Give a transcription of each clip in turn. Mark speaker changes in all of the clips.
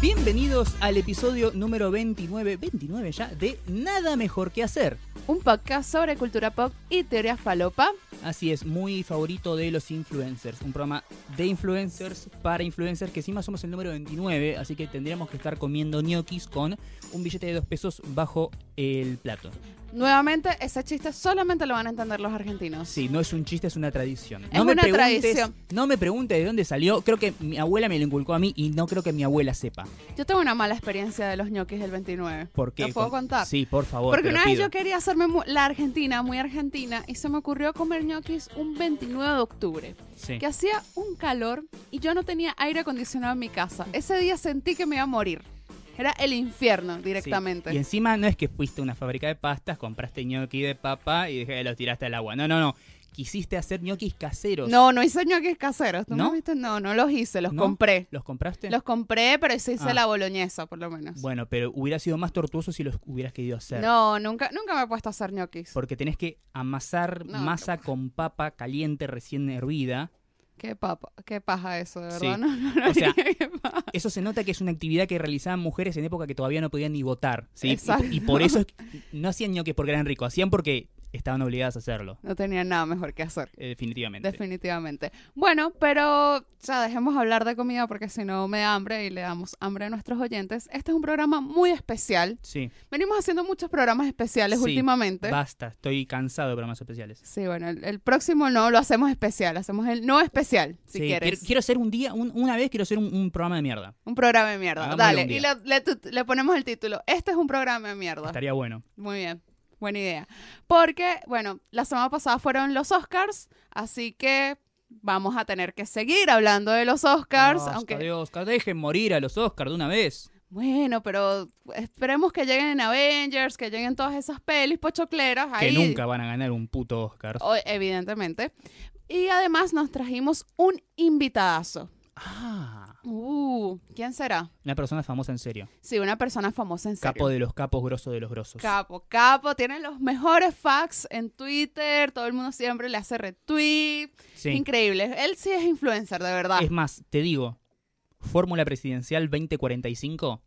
Speaker 1: Bienvenidos al episodio número 29, 29 ya, de Nada Mejor que Hacer.
Speaker 2: Un podcast sobre cultura pop y teoría falopa.
Speaker 1: Así es, muy favorito de los influencers. Un programa de influencers para influencers que encima somos el número 29, así que tendríamos que estar comiendo ñoquis con un billete de dos pesos bajo el plato.
Speaker 2: Nuevamente, ese chiste solamente lo van a entender los argentinos.
Speaker 1: Sí, no es un chiste, es una tradición.
Speaker 2: Es
Speaker 1: no me
Speaker 2: una
Speaker 1: preguntes-
Speaker 2: tradición.
Speaker 1: No me preguntes de dónde salió. Creo que mi abuela me lo inculcó a mí y no creo que mi abuela sepa.
Speaker 2: Yo tengo una mala experiencia de los ñoquis del 29.
Speaker 1: ¿Por qué?
Speaker 2: ¿Lo puedo
Speaker 1: Con-
Speaker 2: contar?
Speaker 1: Sí, por favor.
Speaker 2: Porque
Speaker 1: te lo
Speaker 2: una vez
Speaker 1: pido.
Speaker 2: yo quería hacerme mu- la argentina, muy argentina, y se me ocurrió comer ñoquis un 29 de octubre,
Speaker 1: Sí.
Speaker 2: que hacía un calor y yo no tenía aire acondicionado en mi casa. Ese día sentí que me iba a morir. Era el infierno directamente.
Speaker 1: Sí. Y encima no es que fuiste a una fábrica de pastas, compraste ñoqui de papa y dejé- los tiraste al agua. No, no, no. Quisiste hacer ñoquis caseros.
Speaker 2: No, no hice ñoquis caseros. ¿Tú
Speaker 1: ¿No?
Speaker 2: me viste? No, no los hice, los
Speaker 1: ¿No?
Speaker 2: compré.
Speaker 1: ¿Los compraste?
Speaker 2: Los compré, pero sí hice
Speaker 1: Ah.
Speaker 2: la boloñesa, por lo menos.
Speaker 1: Bueno, pero hubiera sido más tortuoso si los hubieras querido hacer.
Speaker 2: No, nunca, nunca me he puesto a hacer ñoquis.
Speaker 1: Porque tenés que amasar
Speaker 2: No,
Speaker 1: masa con papa caliente recién hervida.
Speaker 2: Qué, papa, qué paja eso, de
Speaker 1: Sí.
Speaker 2: verdad. No, no, no
Speaker 1: O sea,
Speaker 2: haría que pa-
Speaker 1: Eso se nota que es una actividad que realizaban mujeres en época que todavía no podían ni votar. ¿sí? Y-
Speaker 2: Exacto.
Speaker 1: Y, por eso es que no hacían ñoquis porque eran ricos, hacían porque estaban obligadas a hacerlo,
Speaker 2: no tenía nada mejor que hacer.
Speaker 1: eh, definitivamente.
Speaker 2: Definitivamente. Bueno, pero ya dejemos hablar de comida porque si no me da hambre y le damos hambre a nuestros oyentes. Este es un programa muy especial.
Speaker 1: sí,
Speaker 2: Venimos haciendo muchos programas especiales
Speaker 1: Sí,
Speaker 2: últimamente.
Speaker 1: basta, estoy cansado de programas especiales.
Speaker 2: Sí, bueno, el, el próximo no lo hacemos especial, hacemos el no especial, si
Speaker 1: Sí,
Speaker 2: quieres.
Speaker 1: Quiero, quiero hacer un día, un- una vez quiero hacer un, un programa de mierda.
Speaker 2: Un programa de mierda.
Speaker 1: Hagámoslo
Speaker 2: Dale,
Speaker 1: un
Speaker 2: y
Speaker 1: día.
Speaker 2: le, le tu- le ponemos el título. Este es un programa de mierda.
Speaker 1: Estaría bueno.
Speaker 2: Muy bien, buena idea. Porque, bueno, la semana pasada fueron los Oscars, así que vamos a tener que seguir hablando de los Oscars,
Speaker 1: Basta
Speaker 2: aunque...
Speaker 1: de Oscar, dejen morir a los Oscars de una vez.
Speaker 2: Bueno, pero esperemos que lleguen en Avengers, que lleguen todas esas pelis pochocleras ahí. Oh.
Speaker 1: Que nunca van a ganar un puto Oscar.
Speaker 2: O- evidentemente. Y además nos trajimos un invitadazo.
Speaker 1: Ah,
Speaker 2: Uh, ¿quién será?
Speaker 1: una persona famosa en serio.
Speaker 2: Sí, una persona famosa en serio.
Speaker 1: Capo de los capos, grosso de los grosos.
Speaker 2: Capo, capo, tiene los mejores facts en Twitter, todo el mundo siempre le hace retweet,
Speaker 1: Sí.
Speaker 2: increíble. Él sí es influencer, de verdad.
Speaker 1: Es más, te digo, Fórmula Presidencial 2045,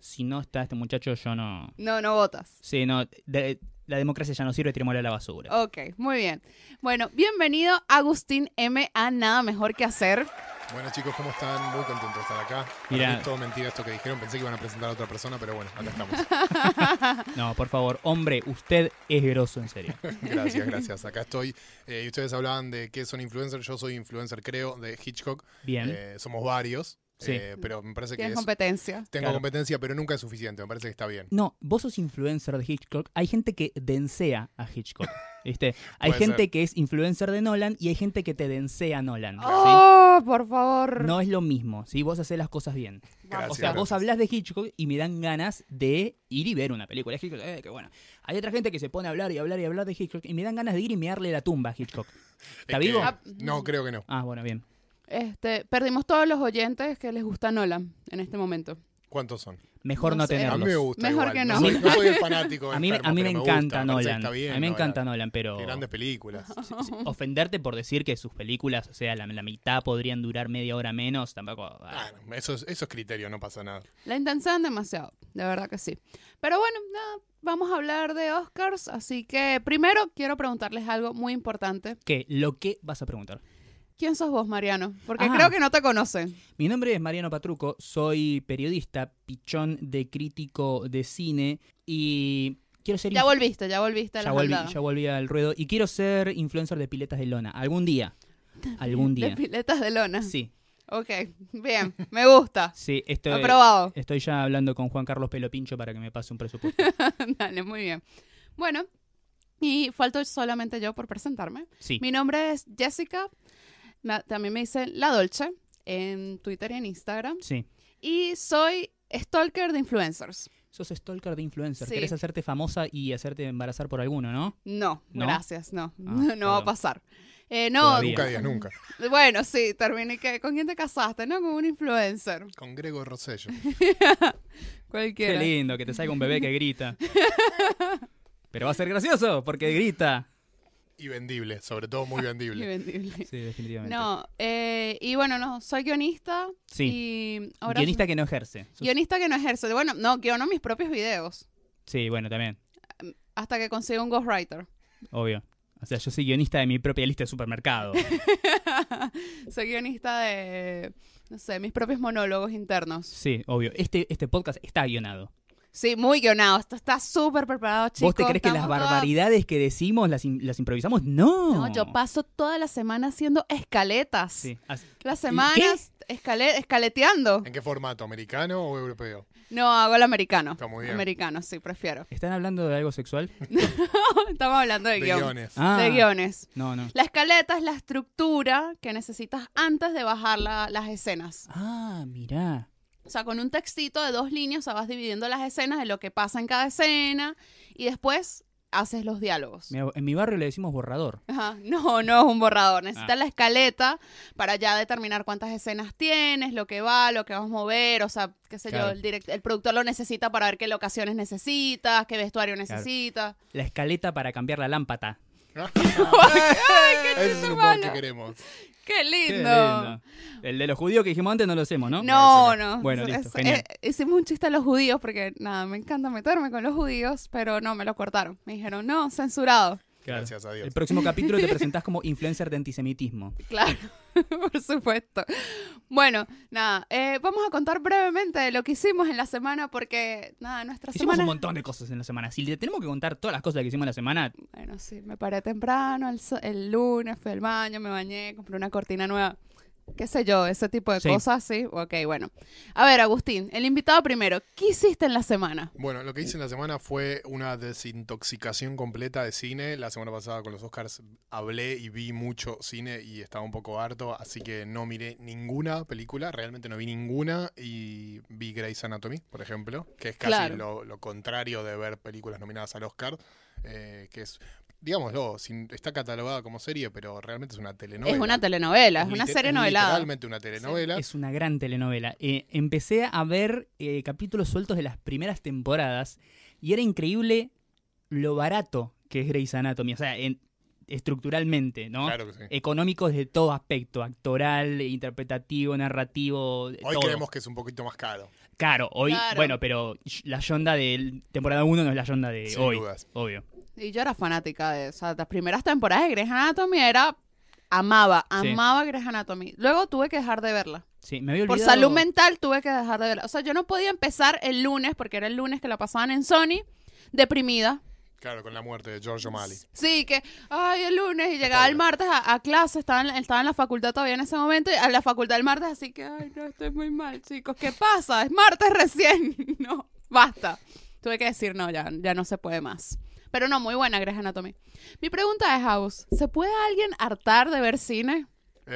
Speaker 1: si no está este muchacho yo no...
Speaker 2: No, no votas.
Speaker 1: Sí, no, de- la democracia ya no sirve, tirémosla a la basura.
Speaker 2: Ok, muy bien. Bueno, bienvenido Agustín M a Nada Mejor que Hacer.
Speaker 3: Bueno chicos, ¿cómo están? Muy contento de estar acá.
Speaker 1: Mirá.
Speaker 3: Para mí todo mentira esto que dijeron, pensé que iban a presentar a otra persona, pero bueno, acá estamos.
Speaker 2: Oh.
Speaker 1: No, por favor, hombre, usted es grosso en serio.
Speaker 3: gracias, gracias. Acá estoy. Eh, y ustedes hablaban de qué son influencers, yo soy influencer creo de Hitchcock.
Speaker 1: Bien.
Speaker 3: Eh, somos varios,
Speaker 1: Sí.
Speaker 3: eh, pero me parece que
Speaker 2: Tienes
Speaker 3: es-
Speaker 2: competencia.
Speaker 3: tengo
Speaker 1: Claro.
Speaker 3: competencia, pero nunca es suficiente, me parece que está bien.
Speaker 1: No, vos sos influencer de Hitchcock. Hay gente que densea a Hitchcock. ¿Viste? Hay
Speaker 3: Puede
Speaker 1: gente
Speaker 3: ser.
Speaker 1: que es influencer de Nolan y hay gente que te densea a Nolan. ¿sí?
Speaker 2: Oh, por favor.
Speaker 1: No es lo mismo, si vos haces las cosas bien.
Speaker 3: Gracias.
Speaker 1: o sea, vos
Speaker 3: gracias.
Speaker 1: hablás de Hitchcock y me dan ganas de ir y ver una película de Hitchcock. Eh, qué buena. Hay otra gente que se pone a hablar y hablar y hablar de Hitchcock y me dan ganas de ir y mearle la tumba a Hitchcock. ¿Está
Speaker 3: Es que-
Speaker 1: vivo?
Speaker 2: Ah.
Speaker 3: No, creo que no.
Speaker 1: Ah, bueno, bien.
Speaker 2: Este, perdimos todos los oyentes que les gusta Nolan en este momento.
Speaker 3: ¿Cuántos son?
Speaker 1: Mejor no,
Speaker 2: No sé.
Speaker 3: A mí
Speaker 1: tenerlos.
Speaker 3: me gusta.
Speaker 2: Mejor
Speaker 3: igual.
Speaker 2: que no.
Speaker 3: no. soy, no soy el fanático.
Speaker 1: A mí,
Speaker 3: enfermo,
Speaker 1: a mí me
Speaker 3: pero
Speaker 1: encanta
Speaker 3: gusta, me parece que
Speaker 1: Nolan.
Speaker 3: está bien,
Speaker 1: a mí me encanta Nolan, pero...
Speaker 3: Qué Grandes películas.
Speaker 1: Sí, ofenderte por decir que sus películas, o sea, la, la mitad podrían durar media hora menos, tampoco. ah,
Speaker 3: Ah, no, eso, es, eso es criterio, no pasa nada.
Speaker 2: La intensan demasiado, de verdad que sí. Pero bueno, nada, vamos a hablar de Oscars, así que primero quiero preguntarles algo muy importante.
Speaker 1: ¿Qué? Lo que vas a preguntar.
Speaker 2: ¿Quién sos vos, Mariano? Porque
Speaker 1: Ah.
Speaker 2: creo que no te conocen.
Speaker 1: Mi nombre es Mariano Patruco, soy periodista, pichón de crítico de cine y quiero ser.
Speaker 2: Ya
Speaker 1: inf-
Speaker 2: volviste, ya volviste a la
Speaker 1: ya volví,
Speaker 2: maldad.
Speaker 1: ya volví al ruedo y quiero ser influencer de piletas de lona. Algún día. Algún
Speaker 2: De
Speaker 1: día.
Speaker 2: piletas de lona.
Speaker 1: Sí,
Speaker 2: Ok, bien, me gusta.
Speaker 1: sí,
Speaker 2: Ah,
Speaker 1: estoy.
Speaker 2: Aprobado.
Speaker 1: Estoy ya hablando con Juan Carlos Pelopincho para que me pase un presupuesto.
Speaker 2: Dale, muy bien. Bueno, y falto solamente yo por presentarme.
Speaker 1: Sí.
Speaker 2: Mi nombre es Jessica. na- también me dicen La Dolce en Twitter y en Instagram.
Speaker 1: Sí.
Speaker 2: Y soy stalker de influencers.
Speaker 1: Sos stalker de influencer.
Speaker 2: Sí.
Speaker 1: Querés hacerte famosa y hacerte embarazar por alguno, ¿no?
Speaker 2: No,
Speaker 1: ¿No? Ah,
Speaker 2: gracias, no. no va
Speaker 1: perdón.
Speaker 2: a pasar. Eh, no,
Speaker 1: Todavía.
Speaker 3: Nunca digas nunca.
Speaker 2: bueno, sí, terminé que. ¿Con quién te casaste? No, con un influencer.
Speaker 3: Con Gregor Rosello.
Speaker 1: Qué
Speaker 2: Cualquiera.
Speaker 1: lindo que te salga un bebé que grita. Pero va a ser gracioso porque grita.
Speaker 3: Y vendible, sobre todo muy
Speaker 2: Y
Speaker 3: vendible.
Speaker 2: vendible.
Speaker 1: Sí, definitivamente.
Speaker 2: No, eh, y bueno, no, soy guionista.
Speaker 1: sí.
Speaker 2: Y ahora
Speaker 1: Guionista que no ejerce. Sos-
Speaker 2: guionista que no ejerce. Bueno, no, guiono mis propios videos.
Speaker 1: Sí, bueno, también.
Speaker 2: Hasta que consiga un ghostwriter.
Speaker 1: Obvio. O sea, yo soy guionista de mi propia lista de supermercado.
Speaker 2: soy guionista de, no sé, mis propios monólogos internos.
Speaker 1: Sí, obvio. Este, este podcast está guionado.
Speaker 2: Sí, muy guionado. Esto está súper preparado, chicos.
Speaker 1: ¿Vos te crees que las
Speaker 2: estamos todos-
Speaker 1: barbaridades que decimos las, im- las improvisamos? No.
Speaker 2: No, yo paso toda la semana haciendo escaletas.
Speaker 1: Sí, así-
Speaker 2: Las semanas escale- escaleteando.
Speaker 3: ¿En qué formato? ¿Americano o europeo?
Speaker 2: No, hago el americano.
Speaker 3: Está muy bien.
Speaker 2: Americano, sí, prefiero.
Speaker 1: ¿Están hablando de algo sexual?
Speaker 2: Estamos hablando de,
Speaker 3: De
Speaker 2: guión.
Speaker 3: guiones.
Speaker 1: Ah,
Speaker 2: De guiones.
Speaker 1: No, no.
Speaker 2: La escaleta es la estructura que necesitas antes de bajar la- las escenas.
Speaker 1: Ah, mirá.
Speaker 2: O sea, con un textito de dos líneas, o sea, vas dividiendo las escenas de lo que pasa en cada escena y después haces los diálogos.
Speaker 1: Mirá, En mi barrio le decimos borrador.
Speaker 2: Ajá. No, no es un borrador. Necesitas
Speaker 1: Ah.
Speaker 2: la escaleta para ya determinar cuántas escenas tienes, lo que va, lo que vas a mover. O sea, qué sé
Speaker 1: Claro.
Speaker 2: yo, el, direct- el productor lo necesita para ver qué locaciones necesitas, qué vestuario necesitas.
Speaker 1: La escaleta para cambiar la lámpara.
Speaker 3: Ese es el humor que queremos.
Speaker 2: ¡Qué
Speaker 1: Qué
Speaker 2: lindo!
Speaker 1: lindo. El de los judíos que dijimos antes no lo hacemos, ¿no?
Speaker 2: No,
Speaker 3: Bueno,
Speaker 2: no.
Speaker 1: Bueno,
Speaker 2: Es-
Speaker 1: listo,
Speaker 2: es-
Speaker 1: genial.
Speaker 2: eh, hicimos un chiste a los judíos porque, nada, me encanta meterme con los judíos, pero no, me lo cortaron. Me dijeron, no, censurado.
Speaker 1: Claro.
Speaker 3: Gracias a Dios.
Speaker 1: El próximo capítulo te presentás como influencer de antisemitismo.
Speaker 2: Claro, por supuesto. Bueno, nada, eh, vamos a contar brevemente de lo que hicimos en la semana porque, nada, nuestra
Speaker 1: Hicimos
Speaker 2: semana...
Speaker 1: un montón de cosas en la semana. Si le tenemos que contar todas las cosas que hicimos en la semana,
Speaker 2: Bueno, sí, me paré temprano el, so- el lunes, fui al baño, me bañé, compré una cortina nueva. Qué sé yo, ese tipo de
Speaker 1: Sí.
Speaker 2: cosas, sí. Ok, bueno. A ver, Agustín, el invitado primero, ¿qué hiciste en la semana?
Speaker 3: Bueno, lo que hice en la semana fue una desintoxicación completa de cine. La semana pasada con los Oscars hablé y vi mucho cine y estaba un poco harto, así que no miré ninguna película, realmente no vi ninguna y vi Grey's Anatomy, por ejemplo, que es casi
Speaker 2: Claro.
Speaker 3: lo, lo contrario de ver películas nominadas al Oscar, eh, que es, digámoslo, sin- está catalogada como serie, pero realmente es una telenovela.
Speaker 2: Es una telenovela, es una
Speaker 3: Liter-
Speaker 2: serie novelada.
Speaker 3: Literalmente una telenovela.
Speaker 1: es una gran telenovela. Eh, empecé a ver eh, capítulos sueltos de las primeras temporadas y era increíble lo barato que es Grey's Anatomy. O sea, en- estructuralmente, ¿no?
Speaker 3: Claro que sí.
Speaker 1: Económico desde todo aspecto, actoral, interpretativo, narrativo,
Speaker 2: Eh,
Speaker 3: Hoy
Speaker 1: todo.
Speaker 3: creemos que es un poquito más caro.
Speaker 1: Claro, hoy,
Speaker 2: Claro.
Speaker 1: bueno, pero la yonda de temporada 1 no es la yonda de
Speaker 3: Sin
Speaker 1: hoy,
Speaker 3: dudas.
Speaker 1: obvio.
Speaker 2: Y yo era fanática de, o sea, las primeras temporadas de Grey's Anatomy era amaba,
Speaker 1: Sí.
Speaker 2: amaba Grey's Anatomy. Luego tuve que dejar de verla.
Speaker 1: Sí, me había
Speaker 2: Por
Speaker 1: olvidado.
Speaker 2: salud mental tuve que dejar de verla. O sea, yo no podía empezar el lunes porque era el lunes que la pasaban en Sony deprimida.
Speaker 3: Claro, con la muerte de George O'Malley.
Speaker 2: Sí, que, ay, el lunes, y llegaba el martes a, a clase, estaba en, la- estaba en la facultad todavía en ese momento, y a la facultad el martes, así que, ay, no, estoy muy mal, chicos, ¿qué pasa? Es martes recién, no, basta. Tuve que decir, no, ya, ya no se puede más. Pero no, muy buena Grey's Anatomy. Mi pregunta es, House, ¿se puede alguien hartar de ver cine?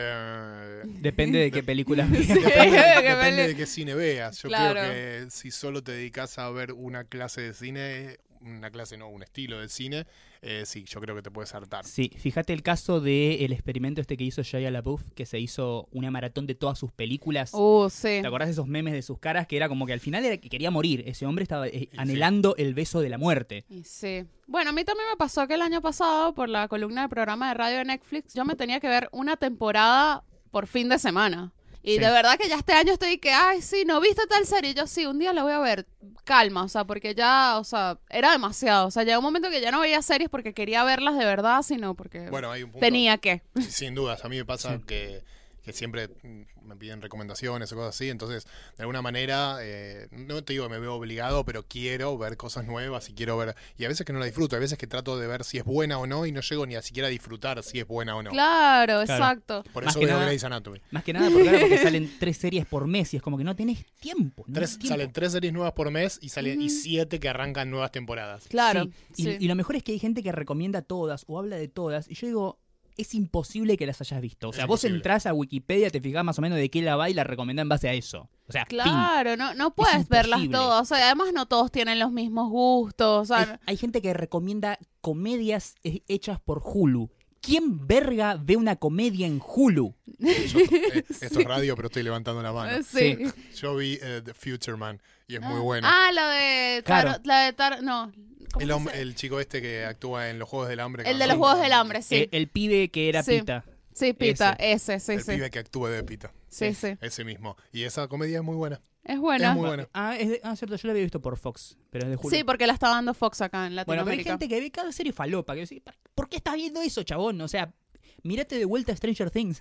Speaker 3: Eh,
Speaker 1: Depende de qué película veas.
Speaker 2: Que
Speaker 3: depende, depende
Speaker 2: vale.
Speaker 3: de qué cine veas. Yo
Speaker 2: Claro.
Speaker 3: creo que si solo te dedicas a ver una clase de cine, una clase no, un estilo de cine, eh, sí, yo creo que te puedes hartar.
Speaker 1: Sí, fíjate el caso del el experimento este que hizo Shia LaBeouf, que se hizo una maratón de todas sus películas.
Speaker 2: Uh, sí.
Speaker 1: ¿Te acordás de esos memes de sus caras que era como que al final era que quería morir? Ese hombre estaba eh,
Speaker 3: sí.
Speaker 1: anhelando el beso de la muerte.
Speaker 2: Y sí. Bueno, a mí también me pasó que el año pasado, por la columna de programa de radio de Netflix, yo me tenía que ver una temporada por fin de semana. Y
Speaker 1: Sí.
Speaker 2: de verdad que ya este año estoy que, ay, sí, no viste tal serie. Y Yo sí, un día la voy a ver. Calma, o sea, porque ya, o sea, era demasiado. O sea, llegó un momento que ya no veía series porque quería verlas de verdad, sino porque
Speaker 3: Bueno, hay un punto.
Speaker 2: tenía que.
Speaker 3: Sin dudas, a mí me pasa
Speaker 1: Sí.
Speaker 3: que, que siempre mm, me piden recomendaciones o cosas así, entonces de alguna manera, eh, no te digo que me veo obligado, pero quiero ver cosas nuevas y quiero ver, y a veces que no la disfruto, a veces que trato de ver si es buena o no y no llego ni a siquiera a disfrutar si es buena o no.
Speaker 2: Claro, exacto.
Speaker 3: Por
Speaker 1: Más
Speaker 3: eso
Speaker 1: que
Speaker 3: veo
Speaker 1: nada-
Speaker 3: Grey's Anatomy.
Speaker 1: Más que nada porque, ahora porque salen tres series por mes y es como que no tenés tiempo. No
Speaker 3: Tres-
Speaker 1: tenés tiempo.
Speaker 3: salen tres series nuevas por mes y salen y siete que arrancan nuevas temporadas.
Speaker 2: Claro.
Speaker 1: Sí, y-
Speaker 2: sí.
Speaker 1: Y, lo mejor es que hay gente que recomienda todas o habla de todas. Y yo digo, es imposible que las hayas visto. O
Speaker 3: Es
Speaker 1: sea, vos
Speaker 3: imposible.
Speaker 1: entrás a Wikipedia, te fijás más o menos de qué la va y la recomendás en base a eso. O sea, fin.
Speaker 2: Claro, no, no puedes verlas
Speaker 1: imposible.
Speaker 2: todas. O sea, además no todos tienen los mismos gustos. O sea,
Speaker 1: Hay, hay gente que recomienda comedias eh, hechas por Hulu. ¿Quién verga ve una comedia en Hulu?
Speaker 3: Yo- eh, esto es radio, pero estoy levantando la mano.
Speaker 2: sí.
Speaker 1: sí.
Speaker 3: Yo vi eh, The Future Man y es muy
Speaker 2: Ah.
Speaker 3: bueno.
Speaker 2: Ah, la de Taro-
Speaker 1: Claro.
Speaker 2: la de Taro- no, ¿cómo
Speaker 3: El,
Speaker 2: se
Speaker 3: hom-
Speaker 2: dice?
Speaker 3: el chico este que actúa en los Juegos del Hambre.
Speaker 2: El
Speaker 3: cuando-
Speaker 2: de los Juegos del Hambre, sí.
Speaker 1: Eh, el pibe que era
Speaker 2: Sí.
Speaker 1: Pita.
Speaker 2: sí, Pita, ese, sí,
Speaker 3: El
Speaker 2: sí.
Speaker 3: pibe que actúa de Pita.
Speaker 2: Sí, sí.
Speaker 3: Ese mismo. Y esa comedia es muy buena.
Speaker 2: Es buena.
Speaker 3: Es muy buena.
Speaker 1: Ah, es de- ah, cierto, yo la había visto por Fox, pero es de Julio.
Speaker 2: Sí, porque la está dando Fox acá en
Speaker 1: Bueno, pero hay
Speaker 2: Latinoamérica.
Speaker 1: gente que ve cada serie falopa. Que dice, "¿Para- ¿Por qué estás viendo eso, chabón? O sea, mírate de vuelta Stranger Things.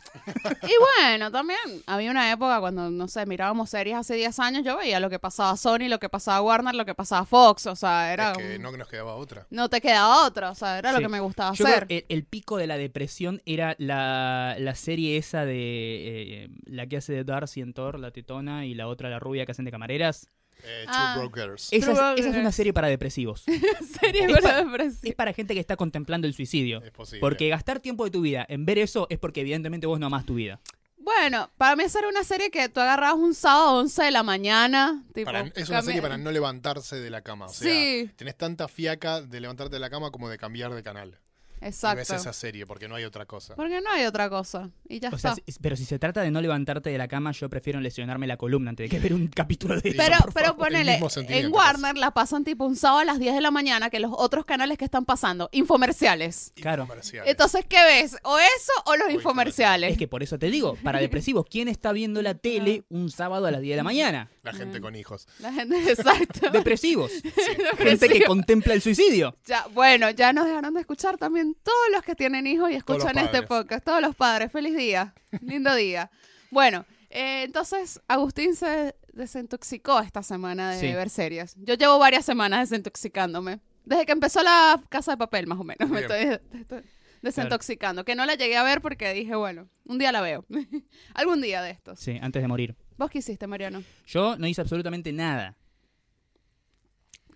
Speaker 2: Y bueno, también había una época cuando, no sé, mirábamos series hace 10 años, yo veía lo que pasaba Sony, lo que pasaba Warner, lo que pasaba Fox, o sea, era...
Speaker 3: Es que
Speaker 2: un-
Speaker 3: no nos quedaba otra.
Speaker 2: no te quedaba otra, o sea, era lo
Speaker 1: Sí.
Speaker 2: que me gustaba
Speaker 1: Yo
Speaker 2: hacer.
Speaker 1: creo que el, el pico de la depresión era la, la serie esa de eh, la que hace de Darcy en Thor, la tetona, y la otra, la rubia que hacen de camareras.
Speaker 3: Eh, Two
Speaker 2: Ah.
Speaker 3: Broke Girls.
Speaker 1: Esa es,
Speaker 2: True
Speaker 1: esa es una
Speaker 2: Blood.
Speaker 1: serie para depresivos.
Speaker 2: Series
Speaker 1: Es pa-
Speaker 2: para depresión.
Speaker 1: es para gente que está contemplando el suicidio.
Speaker 3: Es posible.
Speaker 1: Porque gastar tiempo de tu vida en ver eso es porque evidentemente vos no amás tu vida.
Speaker 2: Bueno, para mí esa era una serie que tú agarrabas un sábado a 11 de la mañana. Tipo,
Speaker 3: Para- es una
Speaker 2: cami-
Speaker 3: serie para no levantarse de la cama. O sea,
Speaker 2: Sí.
Speaker 3: tenés tanta fiaca de levantarte de la cama como de cambiar de canal. Y ves
Speaker 2: Exacto.
Speaker 3: esa serie porque no hay otra cosa.
Speaker 2: Porque no hay otra cosa. Y ya
Speaker 1: O
Speaker 2: está.
Speaker 1: sea, si- pero si se trata de no levantarte de la cama, yo prefiero lesionarme la columna antes de que ver un capítulo de eso,
Speaker 2: Pero,
Speaker 1: por
Speaker 2: pero
Speaker 1: favor.
Speaker 2: ponele,
Speaker 3: mismo sentimiento
Speaker 2: en
Speaker 3: pasa.
Speaker 2: Warner la pasan tipo un sábado a las 10 de la mañana que los otros canales que están pasando, infomerciales.
Speaker 1: Claro.
Speaker 3: Infomerciales.
Speaker 2: Entonces, ¿qué ves? ¿O eso o los
Speaker 3: O
Speaker 2: infomerciales?
Speaker 1: Es que por eso te digo, para depresivos, ¿quién está viendo la tele un sábado a las 10 de la mañana?
Speaker 3: La
Speaker 2: Mm.
Speaker 3: gente con hijos.
Speaker 2: La gente, exacto.
Speaker 1: Depresivos. Gente que
Speaker 2: Depresivo.
Speaker 1: contempla el suicidio.
Speaker 2: Ya, bueno, ya nos dejaron de escuchar también todos los que tienen hijos y
Speaker 3: Todos los
Speaker 2: escuchan este
Speaker 3: padres.
Speaker 2: podcast. Todos los padres, feliz día, lindo día. Bueno, eh, entonces Agustín se desintoxicó esta semana de
Speaker 1: Sí.
Speaker 2: ver series. Yo llevo varias semanas desintoxicándome. Desde que empezó la casa de papel, más o menos, me
Speaker 3: Bien.
Speaker 2: estoy, estoy desintoxicando. Que no la llegué a ver porque dije, bueno, un día la veo. Algún día de estos.
Speaker 1: Sí, antes de morir.
Speaker 2: ¿Vos qué hiciste, Mariano?
Speaker 1: Yo no hice absolutamente nada.